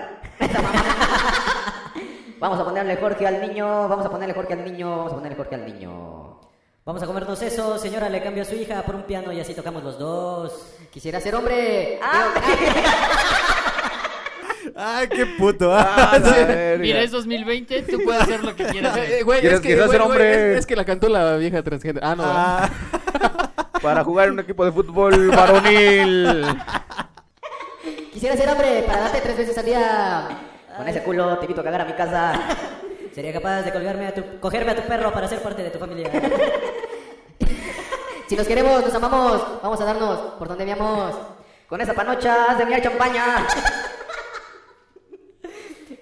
vamos a ponerle Jorge al niño, vamos a ponerle Jorge al niño, vamos a ponerle Jorge al niño. Vamos a comernos eso, señora, le cambio a su hija por un piano y así tocamos los dos. Ah. Quisiera ser hombre. Ay, qué puto. Ah, A la verga. Mira, es 2020, tú puedes hacer lo que quieras. güey. Eh, güey, ¿Quieres es que que, sea güey, ser güey, hombre? es- es que la cantó la vieja transgénero. Ah, no. Ah, Para jugar en un equipo de fútbol varonil. Quisiera ser hombre para darte tres veces al día. Con ese culo te invito a cagar a mi casa. Sería capaz de colgarme a tu, cogerme a tu perro para ser parte de tu familia. Si nos queremos, nos amamos, vamos a darnos por donde veamos. Con esa panocha has de mirar champaña.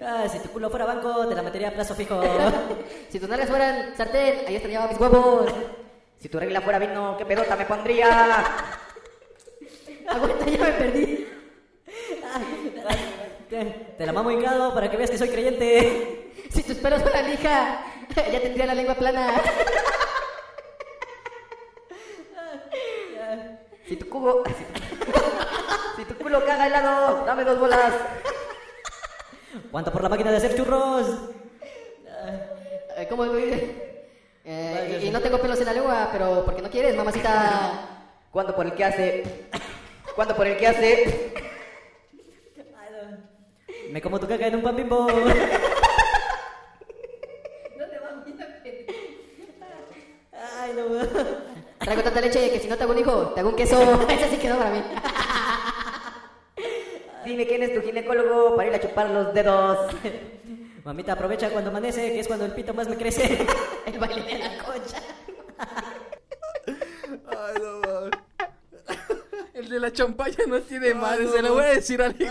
Ah, si tu culo fuera banco, te la metería a plazo fijo. Si tus nalgas fueran sartén, ahí estaría mis huevos. Si tu regla fuera vino, qué pedota me pondría. Aguanta, ya me perdí. Te te la mamo hincado para que veas que soy creyente. Si tus pelos fueran lija, ya tendría la lengua plana. Si tu cubo... Si tu culo caga helado, dame dos bolas. ¿Cuánto por la máquina de hacer churros? Eh, ¿Cómo voy? Eh, y, y no tengo pelos en la lengua, pero porque no quieres, mamacita. Cuando por el que hace. Cuando por el que hace. Me como tu caca en un pan bimbo. Ay, no. Traigo tanta leche que si no te hago un hijo, te hago un queso. Ese sí quedó para mí. Dime quién es tu ginecólogo para ir a chupar los dedos. Mamita, aprovecha cuando amanece, que es cuando el pito más me crece. El baile de la concha. El de la champaña no Ah, tiene madre, se lo voy a decir a alguien.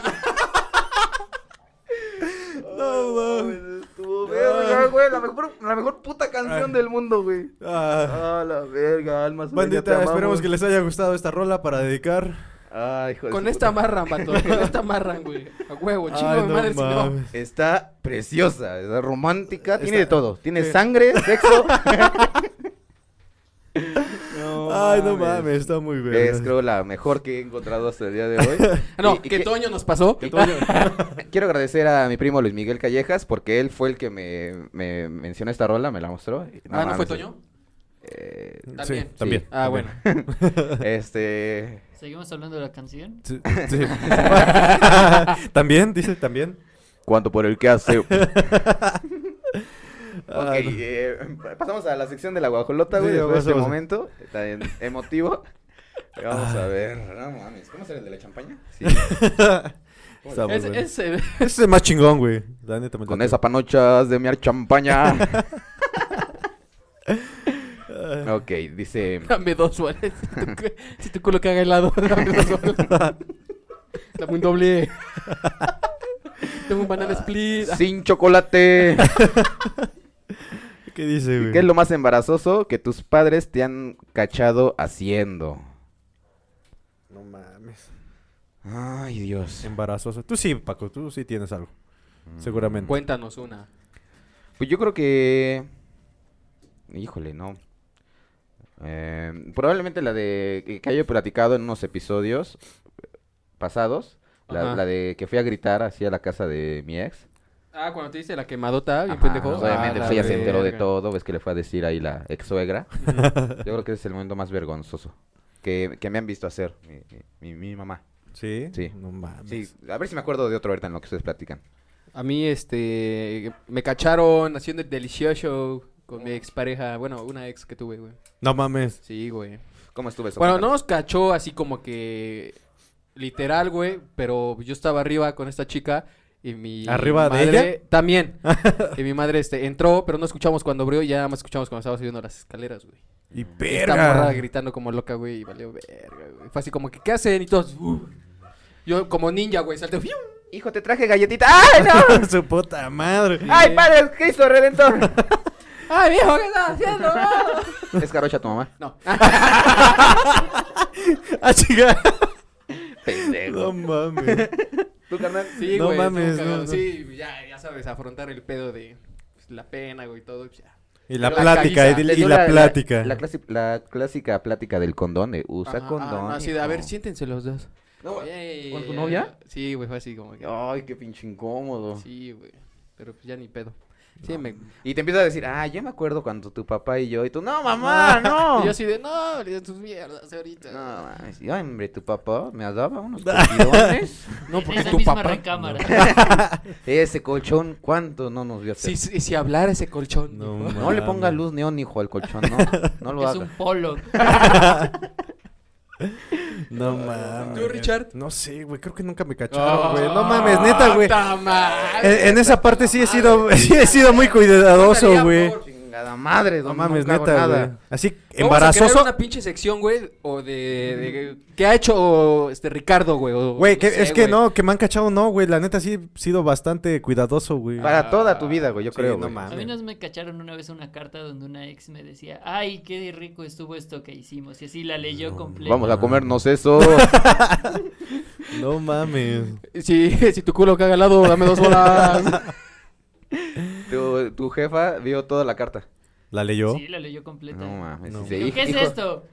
Estuvo verga, güey. La mejor, la mejor puta canción del mundo, güey. Ah, Ah, la verga, almas. bandita, esperemos que les haya gustado esta rola para dedicar. Ay, hijo de Con su esta puta. amarran, vato. Con esta amarran, güey. A huevo, chingo Ay, de no madre, si no. mames. Está preciosa, está romántica, tiene de Está- todo. Tiene sangre, sexo. Ay, no mames, está muy Es bien. creo la mejor que he encontrado hasta el día de hoy. Ah, No, Y- y que que- Toño nos pasó. Quiero agradecer a mi primo Luis Miguel Callejas porque él fue el que me, me mencionó esta rola, me la mostró. Y- Ah, ¿no fue mames, Toño? eh, También. Sí, también. Ah, bueno. este. Seguimos hablando de la canción. Sí, sí. también, dice, también. ¿Cuánto por el que hace? ok, Ah, no. eh, pasamos a la sección de la guajolota, güey, Sí, después de este pasamos. momento. Tan emotivo. Vamos Ah. a ver. No mames, ¿cómo será el de la champaña? Sí. Está muy Es, bueno. es, eh, Ese es el más chingón, güey. La neta me Con late. esa panocha has de miar champaña. ok, dice. dame dos soles. Si tu, cu- si tu culo caga helado, dame dos soles. Dame un doble. Dame un banana Ah, split. Sin chocolate. ¿Qué dice, ¿Y güey? ¿Qué es lo más embarazoso que tus padres te han cachado haciendo? No mames. Ay, Dios. Embarazoso. Tú sí, Paco, tú sí tienes algo. Seguramente. Ah, Cuéntanos una. Pues yo creo que. Híjole, no. Eh, probablemente la de que- que haya platicado en unos episodios pasados. La, Ajá. la de que fui a gritar así a la casa de mi ex. Ah, cuando te dice la quemadota, bien Ajá, pendejo. pues, obviamente, Ah, pues la ella se enteró de verga. todo. Ves que le fue a decir ahí la ex suegra. Yo creo que ese es el momento más vergonzoso que, que me han visto hacer mi- mi- mi- mi mamá. ¿Sí? Sí. No mames. Sí, a ver si me acuerdo de otro ahorita en lo que ustedes platican. A mí, este, me cacharon haciendo el delicioso con mi expareja. Bueno, una ex que tuve, güey. No mames. Sí, güey. ¿Cómo estuve eso? Bueno, no Cuéntanos. nos cachó así como que literal, güey, pero yo estaba arriba con esta chica y mi ¿Arriba de madre- ella? También. y mi madre este entró, pero no escuchamos cuando abrió y ya más escuchamos cuando estaba subiendo las escaleras, güey. Y Esta morra perra. gritando como loca, güey, y valió verga, güey. Fue así como que ¿qué hacen? Y todos "Uh". Yo como ninja, güey, salté. ¡fiu! Hijo, te traje galletita. ¡Ay, no! Su puta madre. ¡Ay, padre, Cristo Redentor! ¡Ay, viejo, qué estás haciendo! es carocha tu mamá. no. ¡Ah, chica! No Pendejo. mames. ¿Tú, carnal? Sí, No güey, estuvo mames, cagado. no, no. Sí, ya, ya sabes, afrontar el pedo de pues, la pena, güey, y todo. pues, ya. Y la La plática, caguiza. y, Le y dio la plática. La, clasi- la clásica plática del condón, de usa Ajá, condón. ah, no, así de, a hijo. ver, siéntense los dos. Ey, ¿Con tu ey, novia? ey. Sí, güey, fue así como que. Ay, qué pinche incómodo. Sí, güey. Pero pues ya ni pedo. Sí, me... Y te empieza a decir, ah, yo me acuerdo cuando tu papá y yo, y tú, no, mamá, no. Y yo así de, no, le dan tus mierdas ahorita. No, mames. Y, hombre, tu papá me daba unos cogidones. No, en esa misma recámara. Ese colchón, ¿cuánto no nos vio hacer? Si, si, si hablara ese colchón. No, hijo. ma- No le Mames. ponga luz neón, hijo, al colchón, no. No lo es haga. un polo. No mames. ¿Tú, Richard? No sé, güey. Creo que nunca me Oh, cacharon, güey. No mames, neta, güey. ta madre. En, en esa parte sí he sido, sí he sido muy cuidadoso, Pásale, güey. amor. Chingada madre, No mames, nunca hago neta, nada. güey. Así, Vamos a crear embarazoso. una pinche sección, güey, o de, de- ¿Qué ha hecho este Ricardo, güey? o- Güey, no que- sé, es que güey. no, que me han cachado, no, güey. La neta sí he sido bastante cuidadoso, güey. Para toda tu vida, güey, yo Sí, creo. no güey. mames. A mí nos me cacharon una vez una carta donde una ex me decía, ay, qué rico estuvo esto que hicimos. Y así la leyó completa. Vamos a comernos eso. No mames. Si, si tu culo caga al lado, dame dos bolas. tu, tu jefa vio toda la carta. ¿La leyó? Sí, la leyó completa. No mames. No. sí, Digo, hijo- ¿Qué es hijo- esto?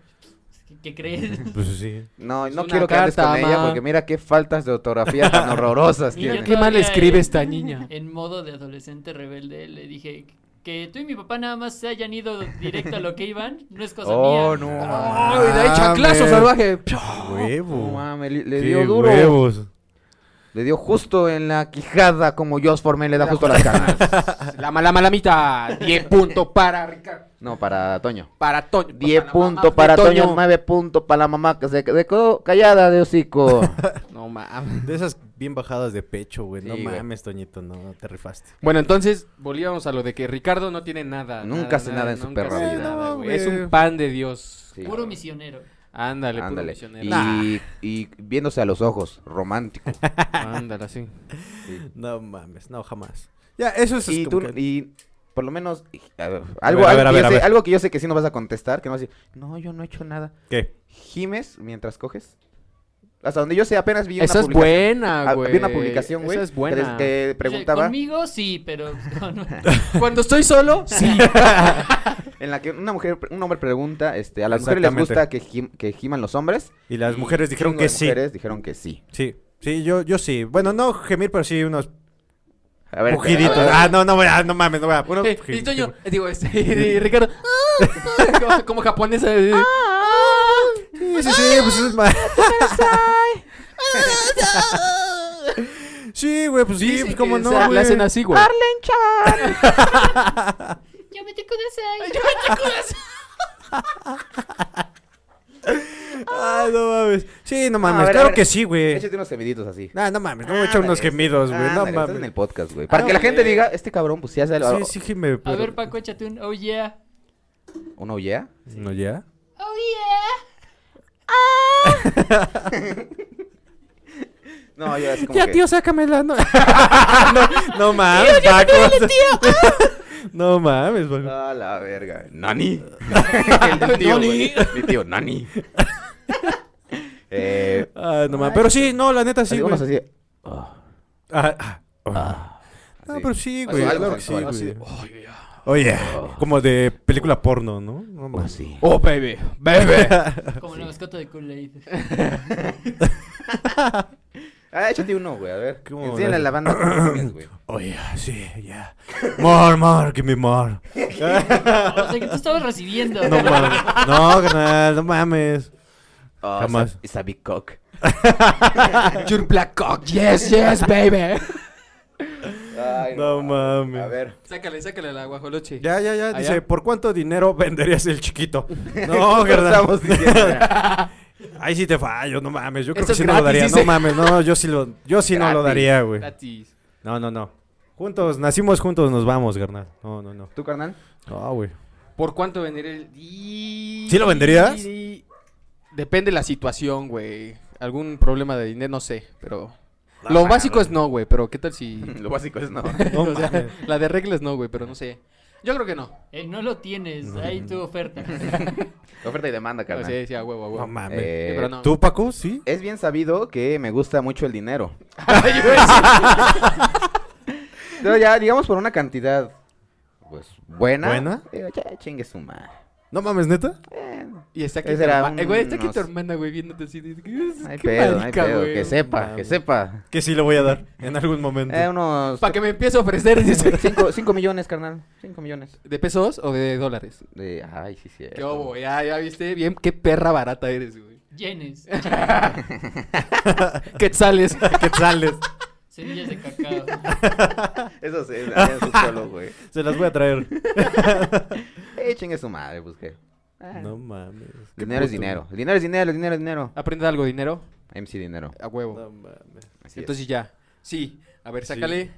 ¿Qué, qué crees? Pues sí. No, Es no una quiero que andes carta, con ella ma. porque mira qué faltas de ortografía tan horrorosas Mira tiene. Qué mal escribe esta niña. En modo de adolescente rebelde le dije, Que tú y mi papá nada más se hayan ido directo a lo que iban, no es cosa Oh, mía. no. ¡Ay, de ahí chanclazo mames. salvaje! No Ah, Huevo. mames, le, le Qué dio duro. huevos. Le dio justo en la quijada, como Josh Formel le da justo a las canas. La mala malamita. 10 puntos para Ricardo. No, para Toño. Para Toño. 10 Para la puntos mamá para de Toño, 9 puntos para la mamá que se quedó callada de hocico. No mames. De esas bien bajadas de pecho, güey. no Sí, güey. mames, Toñito, no te rifaste. Bueno, entonces volvíamos a lo de que Ricardo no tiene nada. Nunca hace nada en su nunca perra hace vida. nada, Eh, no, güey. Es güey. un pan de Dios. Sí. Puro misionero. Ándale, puro Ándale. misionero. Y, Nah, y viéndose a los ojos, romántico. Ándale, así. No mames, no, jamás. Ya, eso es. y como tú, que- y por lo menos, y- a ver, algo, ver, a algo ver, a que ver, yo a sé- ver. algo que yo sé que sí no vas a contestar, que no vas a decir, no, yo no he hecho nada. ¿Qué? ¿Gimes mientras coges? Hasta donde yo sé, apenas vi una Esa es publicación. buena, Ah, güey. Vi una publicación, güey. Esa es que buena. des- Que preguntaba. Conmigo sí, pero con- Cuando estoy solo, sí. En la que una mujer, un hombre pregunta, este, a las mujeres les Exactamente. gusta que, gim- que giman los hombres. Y las mujeres dijeron Chingo de que sí. mujeres dijeron que sí. Sí, sí, yo, yo sí. Bueno, no gemir, pero sí unos A ver, pujiditos. a ver, Ah, no, no, voy a- no mames, no voy a. Eh, y Toño, digo, este, y Ricardo. "Ah, como, como japonés. eh, Sí, sí, sí, pues es más. Sí, güey, pues sí, dicen pues cómo que no, se- güey. Le hacen así, güey. Yo me te ahí. Ay, Ah, no mames. Sí, no mames, a ver, a claro ver. que sí, güey. Échate unos gemiditos así. Ah, no mames, eh. no voy a echar unos Ándale, gemidos, güey, no ándale, estás en mames. el podcast, güey. Para Ah, que la güey. gente diga, este cabrón, pues sí hace algo. Sí, sí, gime. A pero- ver, Paco, échate un oh yeah. ¿Una ollea? ¿No ya? Oh yeah. No, yo así como Ya, que- tío, sácamela. No, no, no mames, Paco. no mames, Paco. A la verga. Nani. El del tío, güey. Mi tío, Nani. eh, Ah, no mames. Pero sí, no, la neta sí, así, güey. unos así. Ah, ah, ah. No, Así. pero sí, Así, güey. algo claro que sí, sensual, así oh, güey. Oye, como de película porno, ¿no? Ah, No mames. Así. Oh, baby, baby. Como la mascota de Kool-Aid. Ah, échate uno, güey, a ver. ¿Cómo, Enséñale a güey? la banda que tienes, güey. Oh, yeah, sí, yeah. More, more, give me more. O sea que tú estabas recibiendo. No mames. No, carnal, no mames. Oh, Jamás. it's a- It's a big cock. Your black cock. Yes, yes, baby. Ay, No mames. A ver. Sácale, sácale la guajoloche. Ya, ya, ya. ¿Ah, Dice, ya? ¿por cuánto dinero venderías el chiquito? No, carnal. Estamos diciendo, mira, Ay, sí te fallo, no mames. Yo creo Eso que sí es no lo gratis, daría. dice. No mames, no, yo sí lo, yo sí no lo Gratis, daría, güey. Gratis. No, no, no. Juntos, nacimos juntos, nos vamos, carnal. No, no, no. ¿Tú, carnal? No, güey. ¿Por cuánto vendería el.? Y- ¿Sí lo venderías? y- Depende la situación, güey. Algún problema de dinero, no sé, pero. Lo básico es no, güey, pero ¿qué tal si. Lo básico es no. No o sea, mames. la de reglas no, güey, pero no sé. Yo creo que no. Eh, no lo tienes, ahí tu oferta. Oferta y demanda, O carnal. sea, sí, a huevo, a huevo. No Eh, mames. Eh, Sí, pero no. ¿Tú, Paco? Sí. Es bien sabido que me gusta mucho el dinero. Pero ya, digamos, por una cantidad, pues, buena. ¿Buena? digo, ya, chingue su madre. No mames, neta. Y está aquí, Ese tu, era herma- un- eh, güey, está aquí unos- tu hermana, güey, viéndote así. de- No hay qué pedo, no hay marica, pedo. güey. Que sepa, que Mames. sepa. Que sí le voy a dar en algún momento. Eh, unos Para que me empiece a ofrecer. dice. 5 millones, carnal. 5 millones. ¿De pesos o de dólares? De- Ay, sí, sí. Qué obo, ya, ya viste bien qué perra barata eres, güey. Yenes. ¿Qué sales? Que sales. Semillas de cacao. Eso sí, es solo, güey. Se las voy a traer. Eh, chingue su madre, pues qué. No mames. Qué Dinero es puto. dinero. El dinero es dinero, el dinero es dinero. Aprende algo, dinero. MC dinero. A huevo. No mames. Así es. Entonces ya. Sí. A ver, sácale.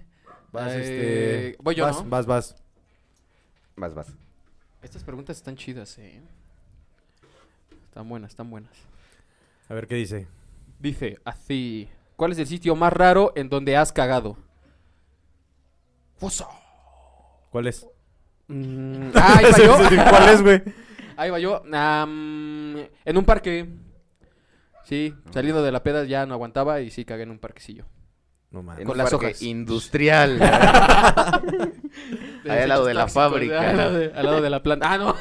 Vas, Eh, este. voy yo, vas, ¿no? vas, vas. Vas, vas. Estas preguntas están chidas, eh. Están buenas, están buenas. A ver qué dice. Dice así. ¿Cuál es el sitio más raro en donde has cagado? Foso. ¿Cuál es? Mm, ah, ahí va Sí, yo. sí, sí, ¿Cuál es, güey? Ahí va yo. Am, en un parque. Sí, saliendo de la peda ya no aguantaba y sí cagué en un parquecillo. No mames. En Ah, Con un las parque hojas. Industrial. Ahí al lado de la Desechos tóxicos, fábrica. Al lado de, al lado de la planta. Ah, no.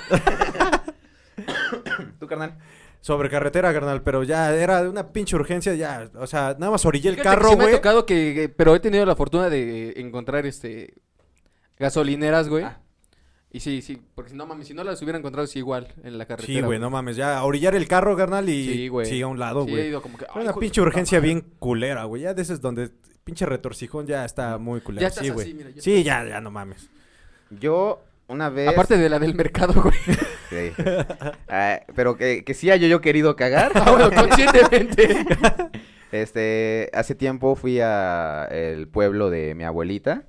¿Tú, carnal? Sobre carretera, carnal, pero ya era de una pinche urgencia, ya, o sea, nada más orillé el Fíjate que carro, sí me ha güey. tocado eh, Ah. que, que- pero he tenido la fortuna de encontrar este gasolineras, güey. Y sí, sí, porque si no mames, si no las hubiera encontrado, sí, igual en la carretera. Sí, güey, no mames. Ya, a orillar el carro, carnal, y Sí, sí, güey. a un lado, Sí, he güey. ido como que, "Ay, una hijo de pinche puta urgencia madre". bien culera, güey. Ya de esas donde pinche retorcijón ya está muy culera. Ya estás sí, así, güey. mira, ya Sí, ya, ya no mames. Yo una vez... Aparte de la del mercado, güey. Sí. Ah, pero que, que sí haya yo querido cagar. Ah, bueno, conscientemente. Este, hace tiempo fui a el pueblo de mi abuelita.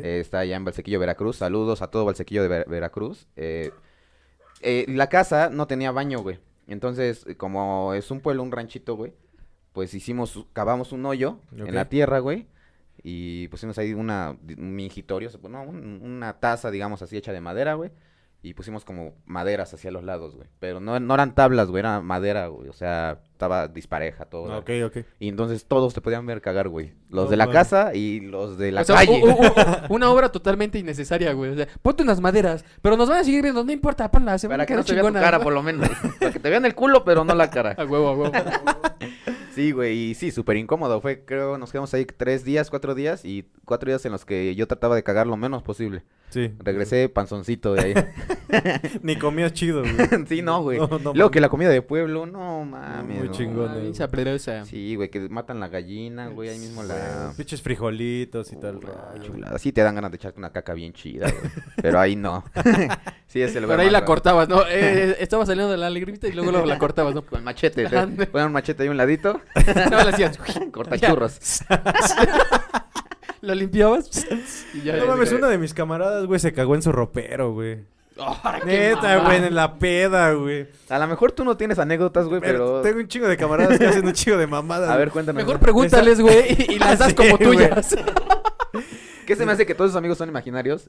Eh, está allá en Valsequillo, Veracruz. Saludos a todo Valsequillo de Ver- Veracruz. Eh, eh, la casa no tenía baño, güey. Entonces, eh, como es un pueblo, un ranchito, güey, pues hicimos, cavamos un hoyo Ok. en la tierra, güey. Y pusimos ahí una, un mingitorio, se pon- no, un- una taza, digamos así, hecha de madera, güey. Y pusimos como maderas hacia los lados, güey. Pero no, no eran tablas, güey, era madera, güey. O sea, estaba dispareja todo. Ok, ok. Y entonces todos te podían ver cagar, güey. Los No de la mames. casa y los de la O sea, calle. u- u- u- una obra totalmente innecesaria, güey. O sea, ponte unas maderas, pero nos van a seguir viendo, no importa, ponlas, se van Para a que quedar no te vean tu chingonas. cara, por lo menos. Para que te vean el culo, pero no la cara. A huevo, a huevo. Sí, güey, y sí, súper incómodo. Fue, creo, nos quedamos ahí tres días, cuatro días, y cuatro días en los que yo trataba de cagar lo menos posible. Sí. Regresé panzoncito de ahí. Ni comías chido, güey. sí, no, güey. No, no Luego mames. que la comida de pueblo, no mames. muy no. chingón. Chingona, Ah, bien güey. sabrosa. Sí, güey, que matan la gallina, güey, ahí mismo la... Pinches frijolitos y tal. Uh, la rollo. chulada. Sí te dan ganas de echarte una caca bien chida, güey. Pero ahí no. sí, es el Pero ahí la cortabas, ¿no? Eh, estaba saliendo de la alegría y luego luego la cortabas, ¿no? Con machete. te- Ponen un machete ahí a un ladito, No, la hacías. corta churros. Lo limpiabas y ya. No mames, una de mis camaradas, güey, se cagó en su ropero, güey. Ahora, Ah, qué Neta, mamá. güey, en la peda, güey. A lo mejor tú no tienes anécdotas, güey, Pero pero... tengo un chingo de camaradas que hacen un chingo de mamadas. A ver, güey. cuéntame. Mejor pregúntales, güey, y, y las das Sí, como güey. tuyas. ¿Qué se me hace que todos sus amigos son imaginarios?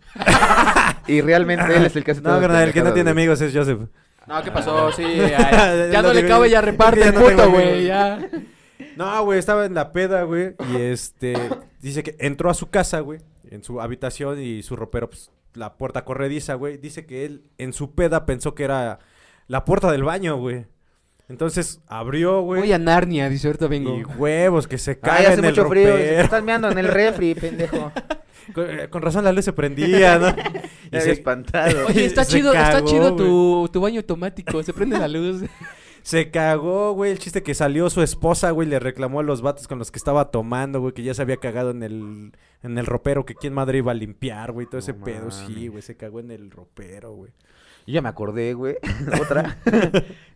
y realmente él es el que hace No, todas las carnal, el que no pendejadas, tiene güey. amigos es Joseph. Ah, No, ¿qué pasó? Sí, ay, ya no, No le tengo- cabe, ya reparte, ya no puto, tengo güey, ya. amigos. No, güey, estaba en la peda, güey. Y este, dice que entró a su casa, güey, en su habitación y su ropero, pues, la puerta corrediza, güey. Dice que él en su peda pensó que era la puerta del baño, güey. Entonces abrió, Voy güey. a Narnia, dice, ahorita vengo. Y huevos, que se Ay, cae Ah, hace en el mucho frío. ropero. Estás meando en el refri, pendejo. Con, eh, con razón la luz se prendía, ¿no? Ya y había se, espantado. Oye, está Se chido, está cagó, chido tu, tu baño automático, se prende la luz. se cagó, güey. El chiste que salió su esposa, güey, le reclamó a los vatos con los que estaba tomando, güey, que ya se había cagado en el, en el ropero, que quién madre iba a limpiar, güey, todo ese No pedo. Sí, mames. güey, se cagó en el ropero, güey. Yo ya me acordé, güey. Otra.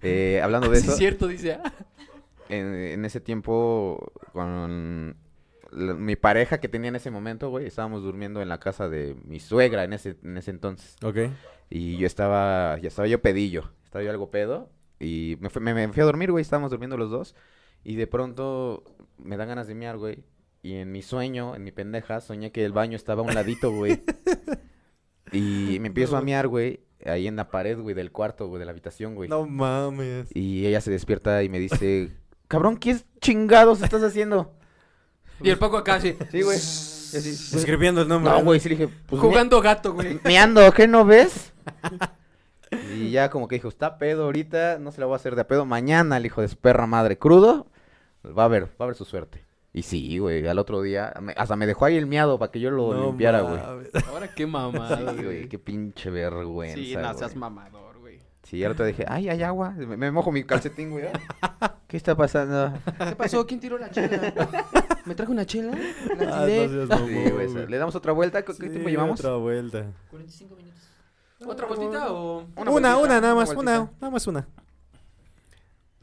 Eh, hablando de Sí, eso. es cierto, dice. ah. en, en ese tiempo con la- mi pareja que tenía en ese momento, güey, estábamos durmiendo en la casa de mi suegra en ese, en ese entonces. Ok. Y yo estaba, ya estaba yo pedillo, estaba yo algo pedo. Y me, fui- me, me fui a dormir, güey, estábamos durmiendo los dos. Y de pronto me dan ganas de miar, güey. Y en mi sueño, en mi pendeja, soñé que el baño estaba a un ladito, güey. Y me empiezo a miar, güey, ahí en la pared, güey, del cuarto, güey, de la habitación, güey. No mames. Y ella se despierta y me dice, cabrón, ¿qué es- chingados estás haciendo? Y el Paco acá, sí. Sí, güey. Y así, Escribiendo el nombre. No, güey, sí le dije, pues me, Jugando gato, güey. meando, ¿qué no ves? Y ya como que dijo, está pedo ahorita, no se la voy a hacer de a pedo. Mañana el hijo de su perra madre crudo, pues va a ver, va a ver su suerte. Y sí, güey, al otro día, me- hasta me dejó ahí el miado para que yo lo No limpiara, güey. mames. Ahora qué mamada, Sí, güey, qué pinche vergüenza, Sí, no seas güey. mamador, güey. Sí, al otro día dije, ay, hay agua, me, me mojo mi calcetín, güey. ¿eh? ¿Qué está pasando? ¿Qué pasó? ¿Quién tiró la chela? ¿Me trajo una chela? Ah, no seas mamón, Sí, güey, esa- güey. Le damos otra vuelta. ¿Qué qué tiempo Sí, llevamos? Otra vuelta. 45 minutos. ¿Otra vueltita o...? Una, una, nada más, vueltita. una, nada más una.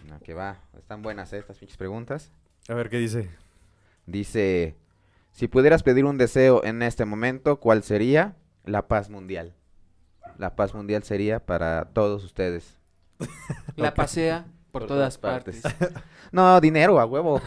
No, que va. Están buenas eh, estas pinches preguntas. A ver qué dice. Dice, si pudieras pedir un deseo en este momento, ¿cuál sería? La paz mundial. La paz mundial sería para todos ustedes. La pasea por, Por todas todas partes. No, dinero, a huevo.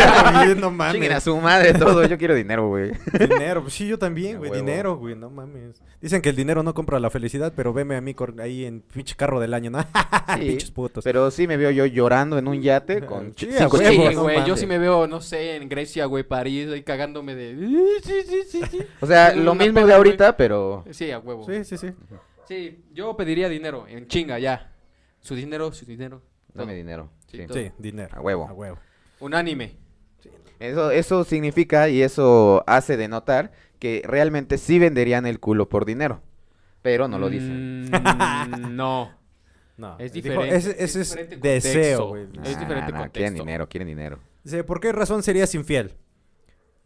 no mames. Chinguen a su madre todo. Yo quiero dinero, güey. Dinero, pues sí, yo también, A güey. huevo. Dinero, güey, no mames. Dicen que el dinero no compra la felicidad, pero veme a mí cor- ahí en pinche carro del año, ¿no? Ah, Pinches putos. Pero sí me veo yo llorando en un yate con Sí, chi- a cinco huevo, Sí, chicos. no güey, yo mames. sí me veo, no sé, en Grecia, güey, París, ahí cagándome de... Sí, sí, sí, sí. O sea, En lo una mismo peda, de ahorita, pero... güey. Sí, a huevo. Sí, sí, sí. Sí, yo pediría dinero, en chinga, ya. Su dinero, su dinero. Dame todo. dinero. Sí, sí. todo. Sí, dinero. A huevo. A huevo. Unánime. Eso, eso significa y eso hace denotar que realmente sí venderían el culo por dinero. pero no lo dicen. Mm, no. No, Es dijo, diferente, ese- es ese es, diferente contexto. deseo, güey. Es diferente Quieren contexto. dinero, quieren dinero. Dice, ¿por qué razón serías infiel?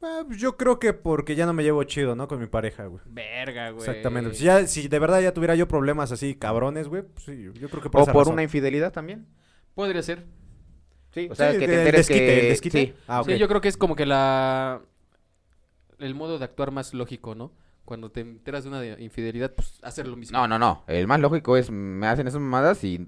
Ah, pues yo creo que porque ya no me llevo chido, ¿no? Con mi pareja, güey. Verga, güey. Exactamente. pues, Si, ya, si de verdad ya tuviera yo problemas así cabrones, güey, pues sí, yo creo que por o esa por razón. una infidelidad también. Podría ser. Sí, o Sí, sea, que el te enteres desquite, que... el desquite. sí. Ah, ok. Sí, yo creo que es como que la. El modo de actuar más lógico, ¿no? Cuando te enteras de una de- infidelidad, pues hacer lo mismo. No, no, no. El más lógico es me hacen esas mamadas y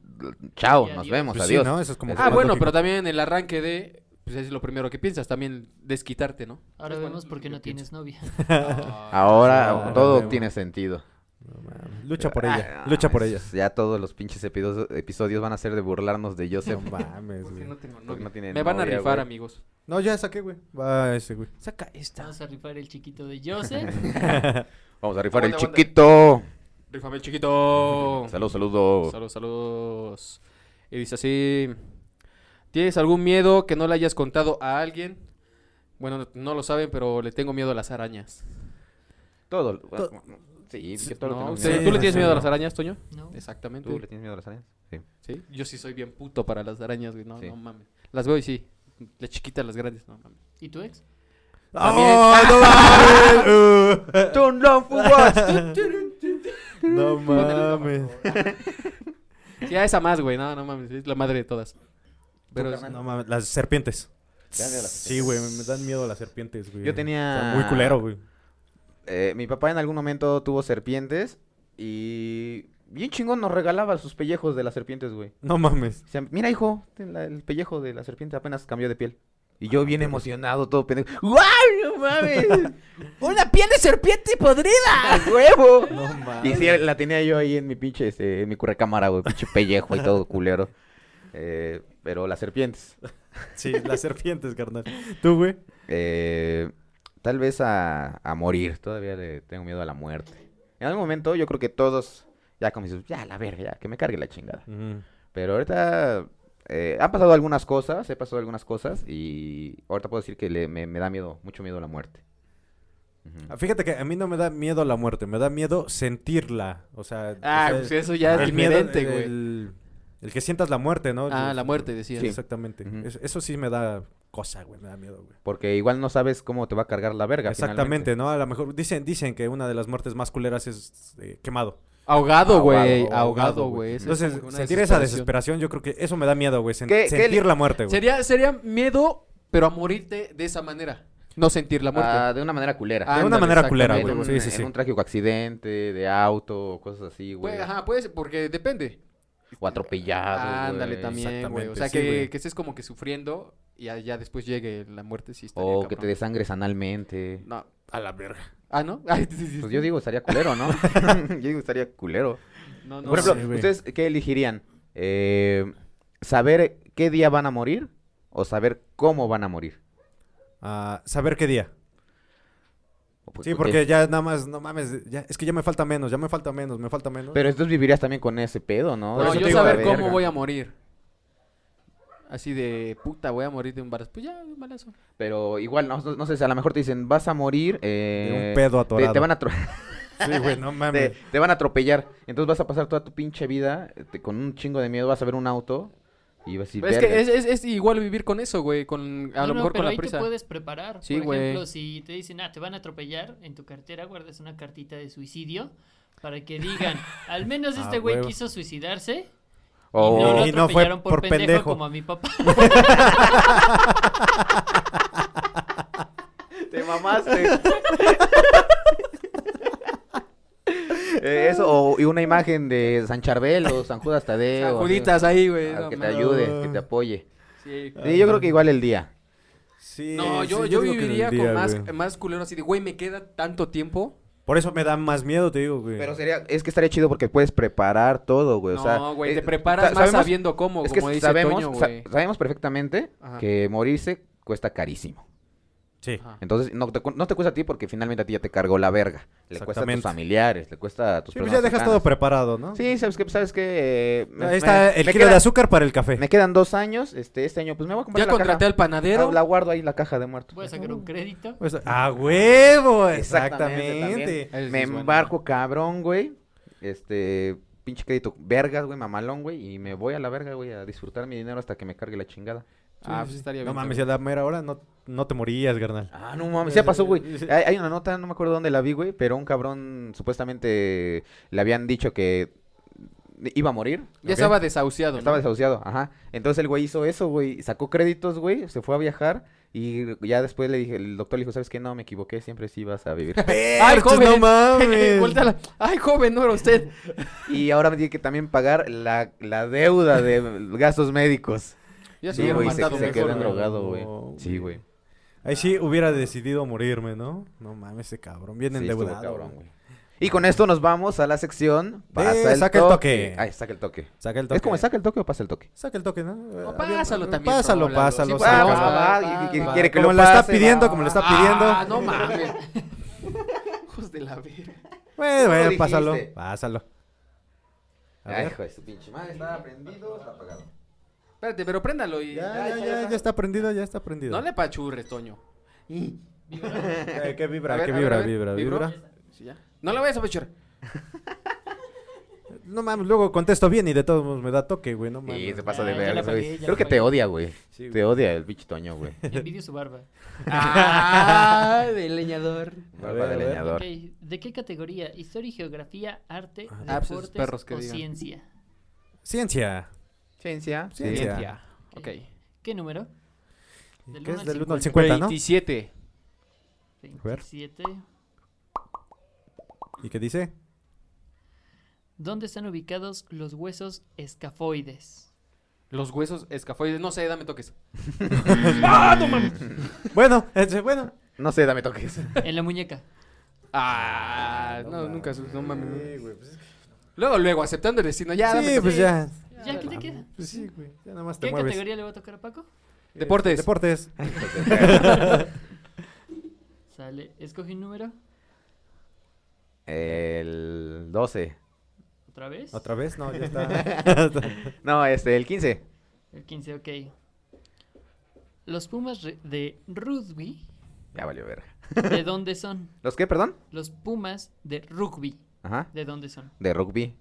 chao, Y nos adiós. vemos, Pues sí, adiós. ¿no? Eso es como que Ah, más bueno, lógico. pero también el arranque de. Pues es lo primero que piensas, también desquitarte, ¿no? Ahora Es bueno, vemos por qué yo no pienso. tienes novia. Ah, Ahora Ah, todo bueno. tiene sentido. Lucha por Ah, ella, no, lucha por ella. esos- Ya todos los pinches epido- episodios van a ser de burlarnos de Joseph. No mames, ¿por qué güey. no tengo novia? Porque no tiene Me van a novia, rifar, güey. amigos. No, ya saqué, güey. Va ese, güey. Saca esta. Vamos a rifar el chiquito de Joseph. Vamos a rifar el Aguanta, aguanta. chiquito. Rifame el chiquito. Salud, saludo. Saludos, saludos. Y dice así: ¿Tienes algún miedo que no le hayas contado a alguien? Bueno, no, no lo saben, pero le tengo miedo a las arañas. Todo. Sí, que todo lo No, tenemos usted- miedo. ¿Tú le tienes sí, miedo a no. las arañas, Toño? No. Exactamente. ¿Tú le tienes miedo a las arañas? Sí. ¿Sí? Yo sí soy bien puto para las arañas, güey. No, Sí. no mames. Las veo y sí. Las chiquitas, las grandes, no mames. ¿Y tu ex? ¡Oh, no mames! Uh. no mames. Sí, a esa más, güey. No, no mames. Es la madre de todas. Pero carnal? No mames, las serpientes. ¿Te dan miedo las Sí, güey, me dan miedo las serpientes, güey. Yo tenía- Está muy culero, güey. Eh, mi papá en algún momento tuvo serpientes y bien chingón nos regalaba sus pellejos de las serpientes, güey. No mames. O sea, mira, hijo, ten la- el pellejo de la serpiente apenas cambió de piel. Y yo bien emocionado, todo pendejo. ¡Guau, no mames! ¡Una piel de serpiente podrida! ¡A huevo! No Y mames. sí, la tenía yo ahí en mi pinche, este, en mi currecámara, güey, pinche pellejo y todo culero. Eh, pero las serpientes. Sí, las serpientes, carnal. ¿Tú, güey? Eh, tal vez a, a morir, todavía le tengo miedo a la muerte. En algún momento yo creo que todos, ya como dices, ya la verga, ya, que me cargue la chingada. Pero ahorita eh, han pasado algunas cosas, he pasado algunas cosas y ahorita puedo decir que le- me, me da miedo, mucho miedo a la muerte. Ujú. Fíjate que a mí no me da miedo la muerte, me da miedo sentirla. O sea, Ah, o sea, pues eso ya es diferente, güey. El, el que sientas la muerte, ¿no? Ah, la muerte, decía. Sí, exactamente. Ujú. Es- Eso sí me da cosa, güey, me da miedo, güey. Porque igual no sabes cómo te va a cargar la verga. Exactamente, ¿no? A lo mejor dicen, dicen que una de las muertes más culeras es eh, quemado. Ahogado, güey. Ahogado, Ahogado, güey. Eso es Entonces, como que una sentir esa desesperación. desesperación, yo creo que eso me da miedo, güey. sen- ¿Qué- qué sentir le- la muerte, güey. Sería, sería miedo, pero a morirte de esa manera. No sentir la finalmente. muerte. Ah, de una manera culera. Ah, de una ándale, manera culera, en, exactamente. güey. un, Sí, sí, en sí. un trágico accidente de auto, cosas así, güey. Pues, ajá, puede ser, porque depende. O atropellado. Ándale güey. también, güey. O sea, exactamente, sí, que, güey. que estés como que sufriendo y ya, ya después llegue la muerte, sí estaría O Oh, que te cabrón. desangres análmente. No. A la verga. Ah, ¿no? Ay, sí, sí, Pues sí. yo digo, estaría culero, ¿no? yo digo, estaría culero. No, no, Por ejemplo, sé, güey. ¿ustedes qué elegirían? Eh, ¿Saber qué día van a morir o saber cómo van a morir? Ah, saber qué día. O pues, por- Sí, porque ya nada más, no mames, ya, es que ya me falta menos, ya me falta menos, me falta menos. Pero entonces vivirías también con ese pedo, ¿no? Pero eso yo te digo, saber la cómo verga. voy a morir. Así de puta, voy a morir de un balazo. Pues ya, de un balazo. Pero igual, no, no- no sé, a lo mejor te dicen, vas a morir... De eh, un pedo te, atorado. te van a atro- Sí, güey, no te, mames. te van a atropellar. Entonces vas a pasar toda tu pinche vida eh, te- con un chingo de miedo. Vas a ver un auto y vas a decir, es "Verga". que es, es- es igual vivir con eso, güey. Con, a lo No, no, mejor pero con la ahí prisa. te puedes preparar. Sí, Por güey. ejemplo, si te dicen, ah, te van a atropellar, en tu cartera guardas una cartita de suicidio para que digan, al menos Ah, este güey huevo. quiso suicidarse Oh. O- y no lo Y no fue atropellaron por, por pendejo, pendejo. como a mi papá. Te mamaste. Eh, eso, o, y una imagen de San Charbel o San Judas Tadeo. así, Sacuditas Eh, ahí, güey. al no Ah, que te mames. Ah, ayude, que te apoye. Sí. Sí, yo creo que igual el día. Sí, No, sí, yo, yo, digo que viviría del día, con más, güey. más culero así de, güey, me queda tanto tiempo. Por eso me da más miedo, te digo, güey. Pero sería, es que estaría chido porque puedes preparar todo, güey. o sea, no, güey, eh, te preparas sa- más sabemos- sabiendo cómo, Es que como dice sabemos, Toño, sa- güey. sabemos perfectamente Ajá. que morirse cuesta carísimo. eh, Sí. Ajá. Entonces, no te, cu- no te cuesta a ti porque finalmente a ti ya te cargó la verga. Le cuesta a tus Exactamente. familiares, le cuesta a tus Sí, pues ya personas dejas cercanas. todo preparado, ¿no? Sí, sabes que, sabes que Ahí está el kilo de azúcar para el café. Me quedan dos años, este, este año, pues me voy a comprar Ya la contraté caja. al panadero. Ah, la guardo ahí la caja de muertos. Voy a sacar un crédito. Pues, ¡A huevo! Exactamente, Exactamente. también. Eso sí Me es bueno. embarco cabrón, güey. Este, pinche crédito, vergas, güey, mamalón, güey, y me voy a la verga, güey, a disfrutar mi dinero hasta que me cargue la chingada. Ah, pues estaría No bien. mames, a la mera hora no, no te morías, carnal. Ah, no mames, ya pasó, güey. Hay, hay una nota, no me acuerdo dónde la vi, güey, pero un cabrón supuestamente le habían dicho que iba a morir. Ya ¿ok? estaba desahuciado. ¿no? Estaba desahuciado, ajá. Entonces el güey hizo eso, güey. Sacó créditos, güey. Se fue a viajar. Y ya después le dije, el doctor le dijo, ¿sabes qué? No, me equivoqué. Siempre sí vas a vivir. ¡Ay, Perches, joven! ¡No mames! Vuéltala. ¡Ay, joven! No era usted. y ahora me tiene que también pagar la, la deuda de gastos médicos. Ya Sí, se hubiera güey, se, mandado se mejor, quedó ¿no? drogado, güey. No, Sí, güey. güey. Ahí sí hubiera decidido morirme, ¿no? No mames, ese cabrón. Bien Sí, estuvo endeudado. cabrón, güey. güey. Y con esto nos vamos a la sección. Pasa el saca el toque. toque. Ay, saca el toque. Saca el toque. Es como saca el toque o pasa el toque. Saca el toque, ¿no? Eh, O había- pásalo también. Pásalo, Pablo. pásalo. Sí, saca. va, pásalo. Ah, va, Va, y- y- va. quiere que como lo le está pase, pidiendo, va. como le está pidiendo. Ah, no mames. Hijos de la verga. Bueno, Lo bueno, dijiste. pásalo. Pásalo. A Ay, ver. hijo de su pinche madre. Está prendido, está apagado. Espérate, pero préndalo y. Ya, ya, ya, ya está prendido, ya está prendido. No le pachurres, Toño. Eh, ¿Qué A vibra? ver, ¿Qué a ver, vibra? a ver. Vibra, ¿Vibró? vibra. Sí, ya. No le vayas a pachurrar. No mames, luego contesto bien y de todos modos me da toque, güey. No mames. Y se pasa ya, de Ah, ya la verga, pagué, güey. ya la Creo que pagué. te odia, güey. Sí, güey. Te odia el pinche Toño, güey. Envidio su barba. Ah, de leñador. Barba de ver, a leñador. ver. Ok, ¿De qué categoría? ¿Historia y geografía, arte, Ah, pues, esos deportes perros que o digan. ciencia? Ciencia. Ciencia. Ciencia. Ciencia. Ok. ¿Qué número? Del ¿Qué uno es al del 1 al 50. 50, no? 27. ver. 27. ¿Y qué dice? ¿Dónde están ubicados los huesos escafoides? Los huesos escafoides. No sé, dame toques. Bueno, este, bueno. No sé, dame toques. En la muñeca. Ah, no, nunca. su- No mames. Luego, luego, aceptando el destino. Ya, dame pues sí, toques. pues ya. ¿Ya qué te queda? Pues sí, güey. Ya nada más te ¿Qué mueves. categoría le va a tocar a Paco? Deportes. Deportes. Sale, escoge un número. El 12. ¿Otra vez? ¿Otra vez? No, ya está. No, este, el 15. El 15, ok. Los Pumas re- de rugby, Ya valió verga. ¿de dónde son? ¿Los qué, perdón? Los Pumas de rugby, Ajá. ¿de dónde son? De rugby.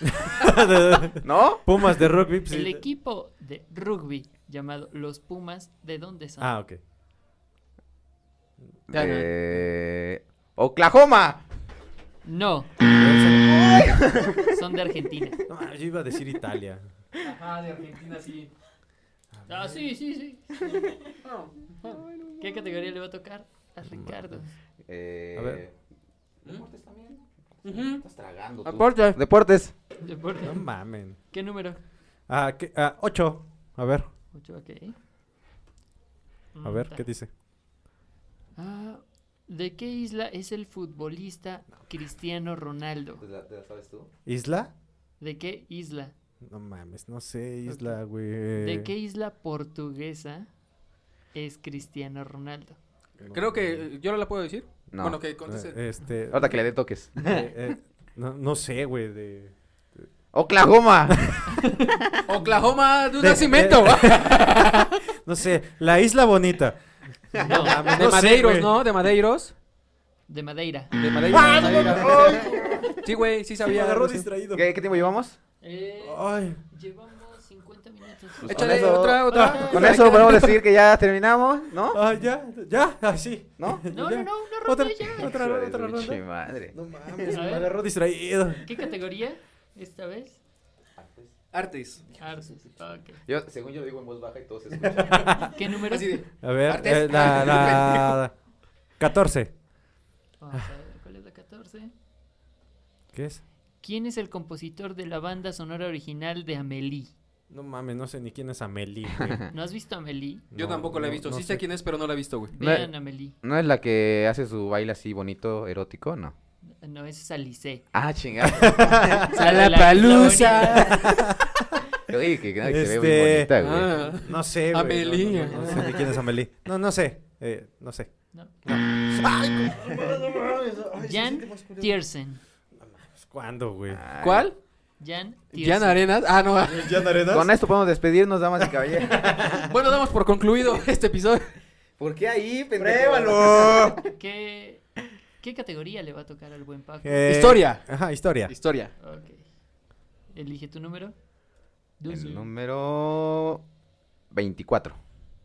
¿No? Pumas de rugby. pues, El sí. equipo de rugby llamado Los Pumas, ¿de dónde son? Ah, ok. Ya, ya. Eh, Oklahoma. No, son de Argentina. No, mames, yo iba a decir Italia. Ah, de Argentina sí. Ah, sí, sí, sí. ¿Qué categoría le va a tocar a Ricardo? Eh, A ver. ¿Deportes también? Ujú. Estás tragando. tú. Deportes. Deportes. Deporte. No mamen. ¿Qué número? Ah, ¿qué? ah, ocho. A ver, 8, ok. Mm, a ver, ¿qué dice? Ah, ¿De qué isla es el futbolista Cristiano Ronaldo? ¿Te la sabes tú? ¿Isla? ¿De qué isla? No mames, no sé, isla, güey. ¿De qué isla portuguesa es Cristiano Ronaldo? Creo que eh, yo no la puedo decir. No. Bueno, que Eh, conteste. Este. Ahorita que le dé toques. eh, eh, no, no sé, güey, de. Oklahoma. Oklahoma de un De- nacimiento. No sé, la isla bonita. No, mames, De no sé, Madeiros, güey. ¿no? De Madeiros. de Madeira. De Madeiros. de Madeiros. Sí, güey, sí Me sabía. agarró no sé. distraído. ¿Qué, qué tiempo llevamos? Eh, Ay, llevamos 50 minutos. Pues Échale Con eso- otra, otra. Con eso podemos decir que ya terminamos, ¿no? ay, ah, ya, ya, ah, así. ¿No? No, no, no, una Otra, ronda ya. otra, Hijo de ronda, su otra pinche ronda. madre. No mames, A me ver. agarró distraído. ¿Qué categoría esta vez? Ah, Artes. Artes. ok. Yo, según yo lo digo en voz baja y todos se escuchan. ¿Qué número? Así de. A ver, Artes. eh, la, la 14. Vamos a ver, ¿cuál es la 14? ¿Qué es? ¿Quién es el compositor de la banda sonora original de Amélie? No mames, no sé ni quién es Amelie, güey. ¿No has visto Amélie? Yo No, tampoco la he no, visto. no sí sé. sé quién es, pero no la he visto, güey. No, eh. Vean Amélie. ¿No es la que hace su baile así bonito, erótico? No. No, ese es Alice. Ah, chingada. Salapalooza. Yo dije que, que se ve Este- muy bonita, güey. Ah. No sé, güey. Amelie. No, no, no, no sé ni quién es Amelie. No, no sé. Eh, no sé. No. Jan Tiersen. Pues, ¿Cuándo, güey? Ay. Ah. ¿Cuál? Jan Jan Tiersen. Arenas. Ah, no. ¿Ya Con esto podemos despedirnos, damas y caballeros. Bueno, damos por concluido este episodio. ¿Por qué ahí, pendejo? ¡Pruébalo! ¿Qué, ¿Qué categoría le va a tocar al buen Paco? Eh, Historia. Ajá, historia. Historia. Ok. Elige tu número. El Duzu, número 24.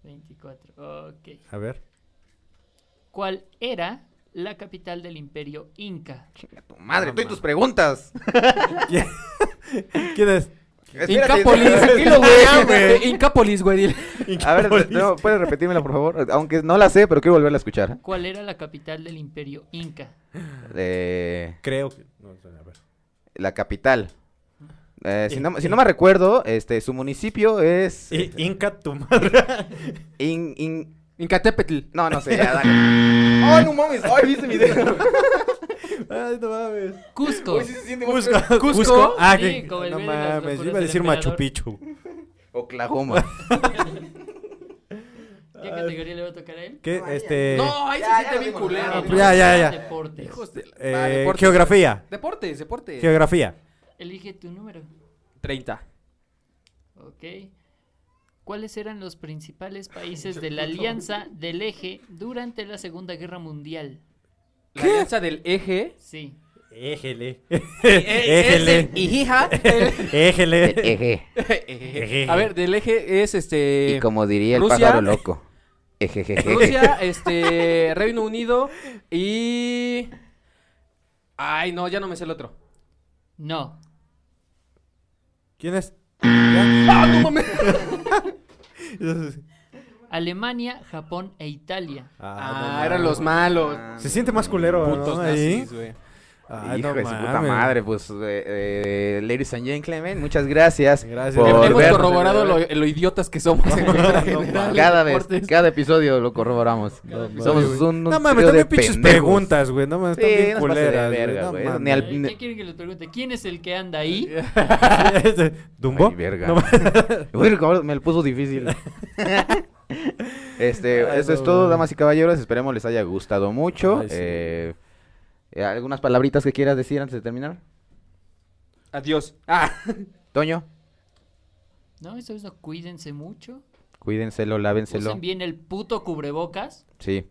24. Ok. A ver. ¿Cuál era la capital del imperio Inca? Chinga tu madre, estoy tus preguntas. ¿Quién quién es? Espérate, Incapolis. Dilo, Ya, güey. güey. Incapolis, güey. dile. A ver, no, ¿puedes repetírmela, por favor? Aunque no la sé, pero quiero volverla a escuchar. ¿Cuál era la capital del imperio Inca? Eh, Creo que. No, a ver. la capital. Eh, si, no, si no me recuerdo, este, su municipio es... I- Inca tu madre. In- in- Incatépetl. No, no sé, ya, dale. ¡Ay, no mames! ¡Ay, viste mi dedo! Ay, no mames. Cusco. Cusco. Cusco. Ah, Sí, que- como el no bien de las mames. Yo locuras iba a del decir Machu emperador. Picchu. Oklahoma. ¿Qué categoría le va a tocar a él? ¿Qué? Este. No, ahí Ya, se siente ya bien tengo culero. nada. güey. Ya, ya, ya. Deportes. Hijos de la- Eh, Va, deportes. geografía. Deportes, deportes. Geografía. Elige tu número. 30. Ok. ¿Cuáles eran los principales países de la Alianza del Eje durante la Segunda Guerra Mundial? La alianza del E eje. Sí. Égele. E Eje. Égele. hija. Eh, Égele. Eje. Eje. A ver, del eje es este. Y como diría el Rusia. pájaro loco. Ejejeje. Rusia, este. Reino Unido y. Ay, no, ya no me sé el otro. No. ¿Quién es? Alemania, Japón e Italia. Ah, no eran mames. los malos. Se siente más culero, Putos Ah, ¿no? Ahí. nazis, güey. Ay, Hijo no de su puta mames. madre, pues, eh, eh, ladies and gentlemen, muchas gracias. Gracias. por Volvernos Hemos vernos. corroborado lo, lo idiotas que somos. en cultura general, en Cada vez, deportes. cada episodio lo corroboramos. Somos un, No mames, trío de también pinches pendejos. preguntas, güey. No mames, Sí, están bien no se pase de culeras. verga, güey, güey, no ni al- Eh, ¿Qué quieren que les pregunte? ¿Quién es el que anda ahí? Eh, mames. ¿Dumbo? Ay, verga. No mames. Uy, cabrón, me lo puso difícil. este, Ay, eso no es todo, mames. damas y caballeros. Esperemos les haya gustado mucho. Ay, sí. Eh, eh, ¿Algunas palabritas que quieras decir antes de terminar? Adiós. Ah. Toño, No, eso es no. Cuídense mucho. cuídenselo, lávenselo. Usen bien el puto cubrebocas. Sí.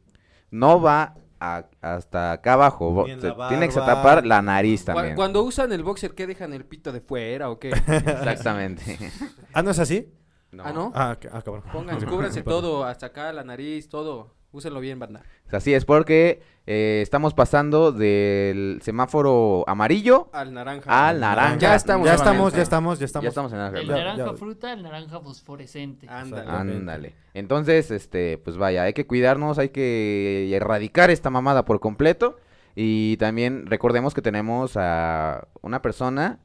No va a- hasta acá abajo. Ni Tienen en la Tiene que barba. tapar la nariz Cu- también. Cuando usan el boxer, ¿qué dejan el pito de fuera o qué? Exactamente. Ah, ¿no es así? Ah, ¿no? Ah, ca- ah, cabrón. Pónganse, cúbranse todo, hasta acá, la nariz, todo. Úsenlo bien, banda. Así es, porque eh, estamos pasando del semáforo amarillo Al naranja. al naranja. Ya estamos, Ya en estamos, naranja. ya estamos, ya estamos. Ya estamos en El naranja. Ya, naranja ya. fruta, el naranja fosforescente. Ándale. Exactamente. Ándale. Entonces, este, pues vaya, hay que cuidarnos, hay que erradicar esta mamada por completo. Y también recordemos que tenemos a una persona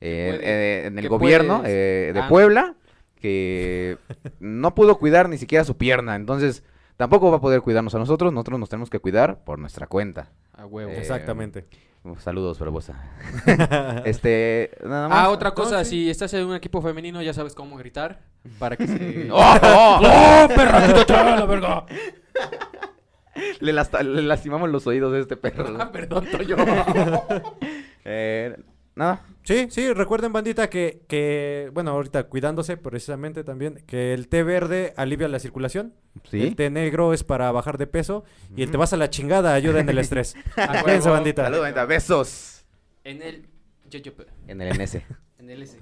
eh, puede- eh, en que el gobierno puede- eh, de Ah. Puebla que no pudo cuidar ni siquiera su pierna. Entonces, tampoco va a poder cuidarnos a nosotros. Nosotros nos tenemos que cuidar por nuestra cuenta. A huevo. Eh, Exactamente. Uh, Saludos, Barbosa. este, nada más. Ah, otra cosa, si estás en un equipo femenino, ya sabes cómo gritar. Para que se. ¡Oh, oh, oh! la verga! Le, lasta- le lastimamos los oídos de este Ah, perro. Perdón, Toyo. Eh, nada. Sí, sí, recuerden, bandita, que, que, bueno, ahorita cuidándose precisamente también, que el té verde alivia la circulación, el Sí. té Este negro es para bajar de peso y el te vas a la chingada ayuda en el estrés. A Cuídense, huevo. bandita. Saludos, bandita. Besos. En el. yo- yo- En el NS. En el S.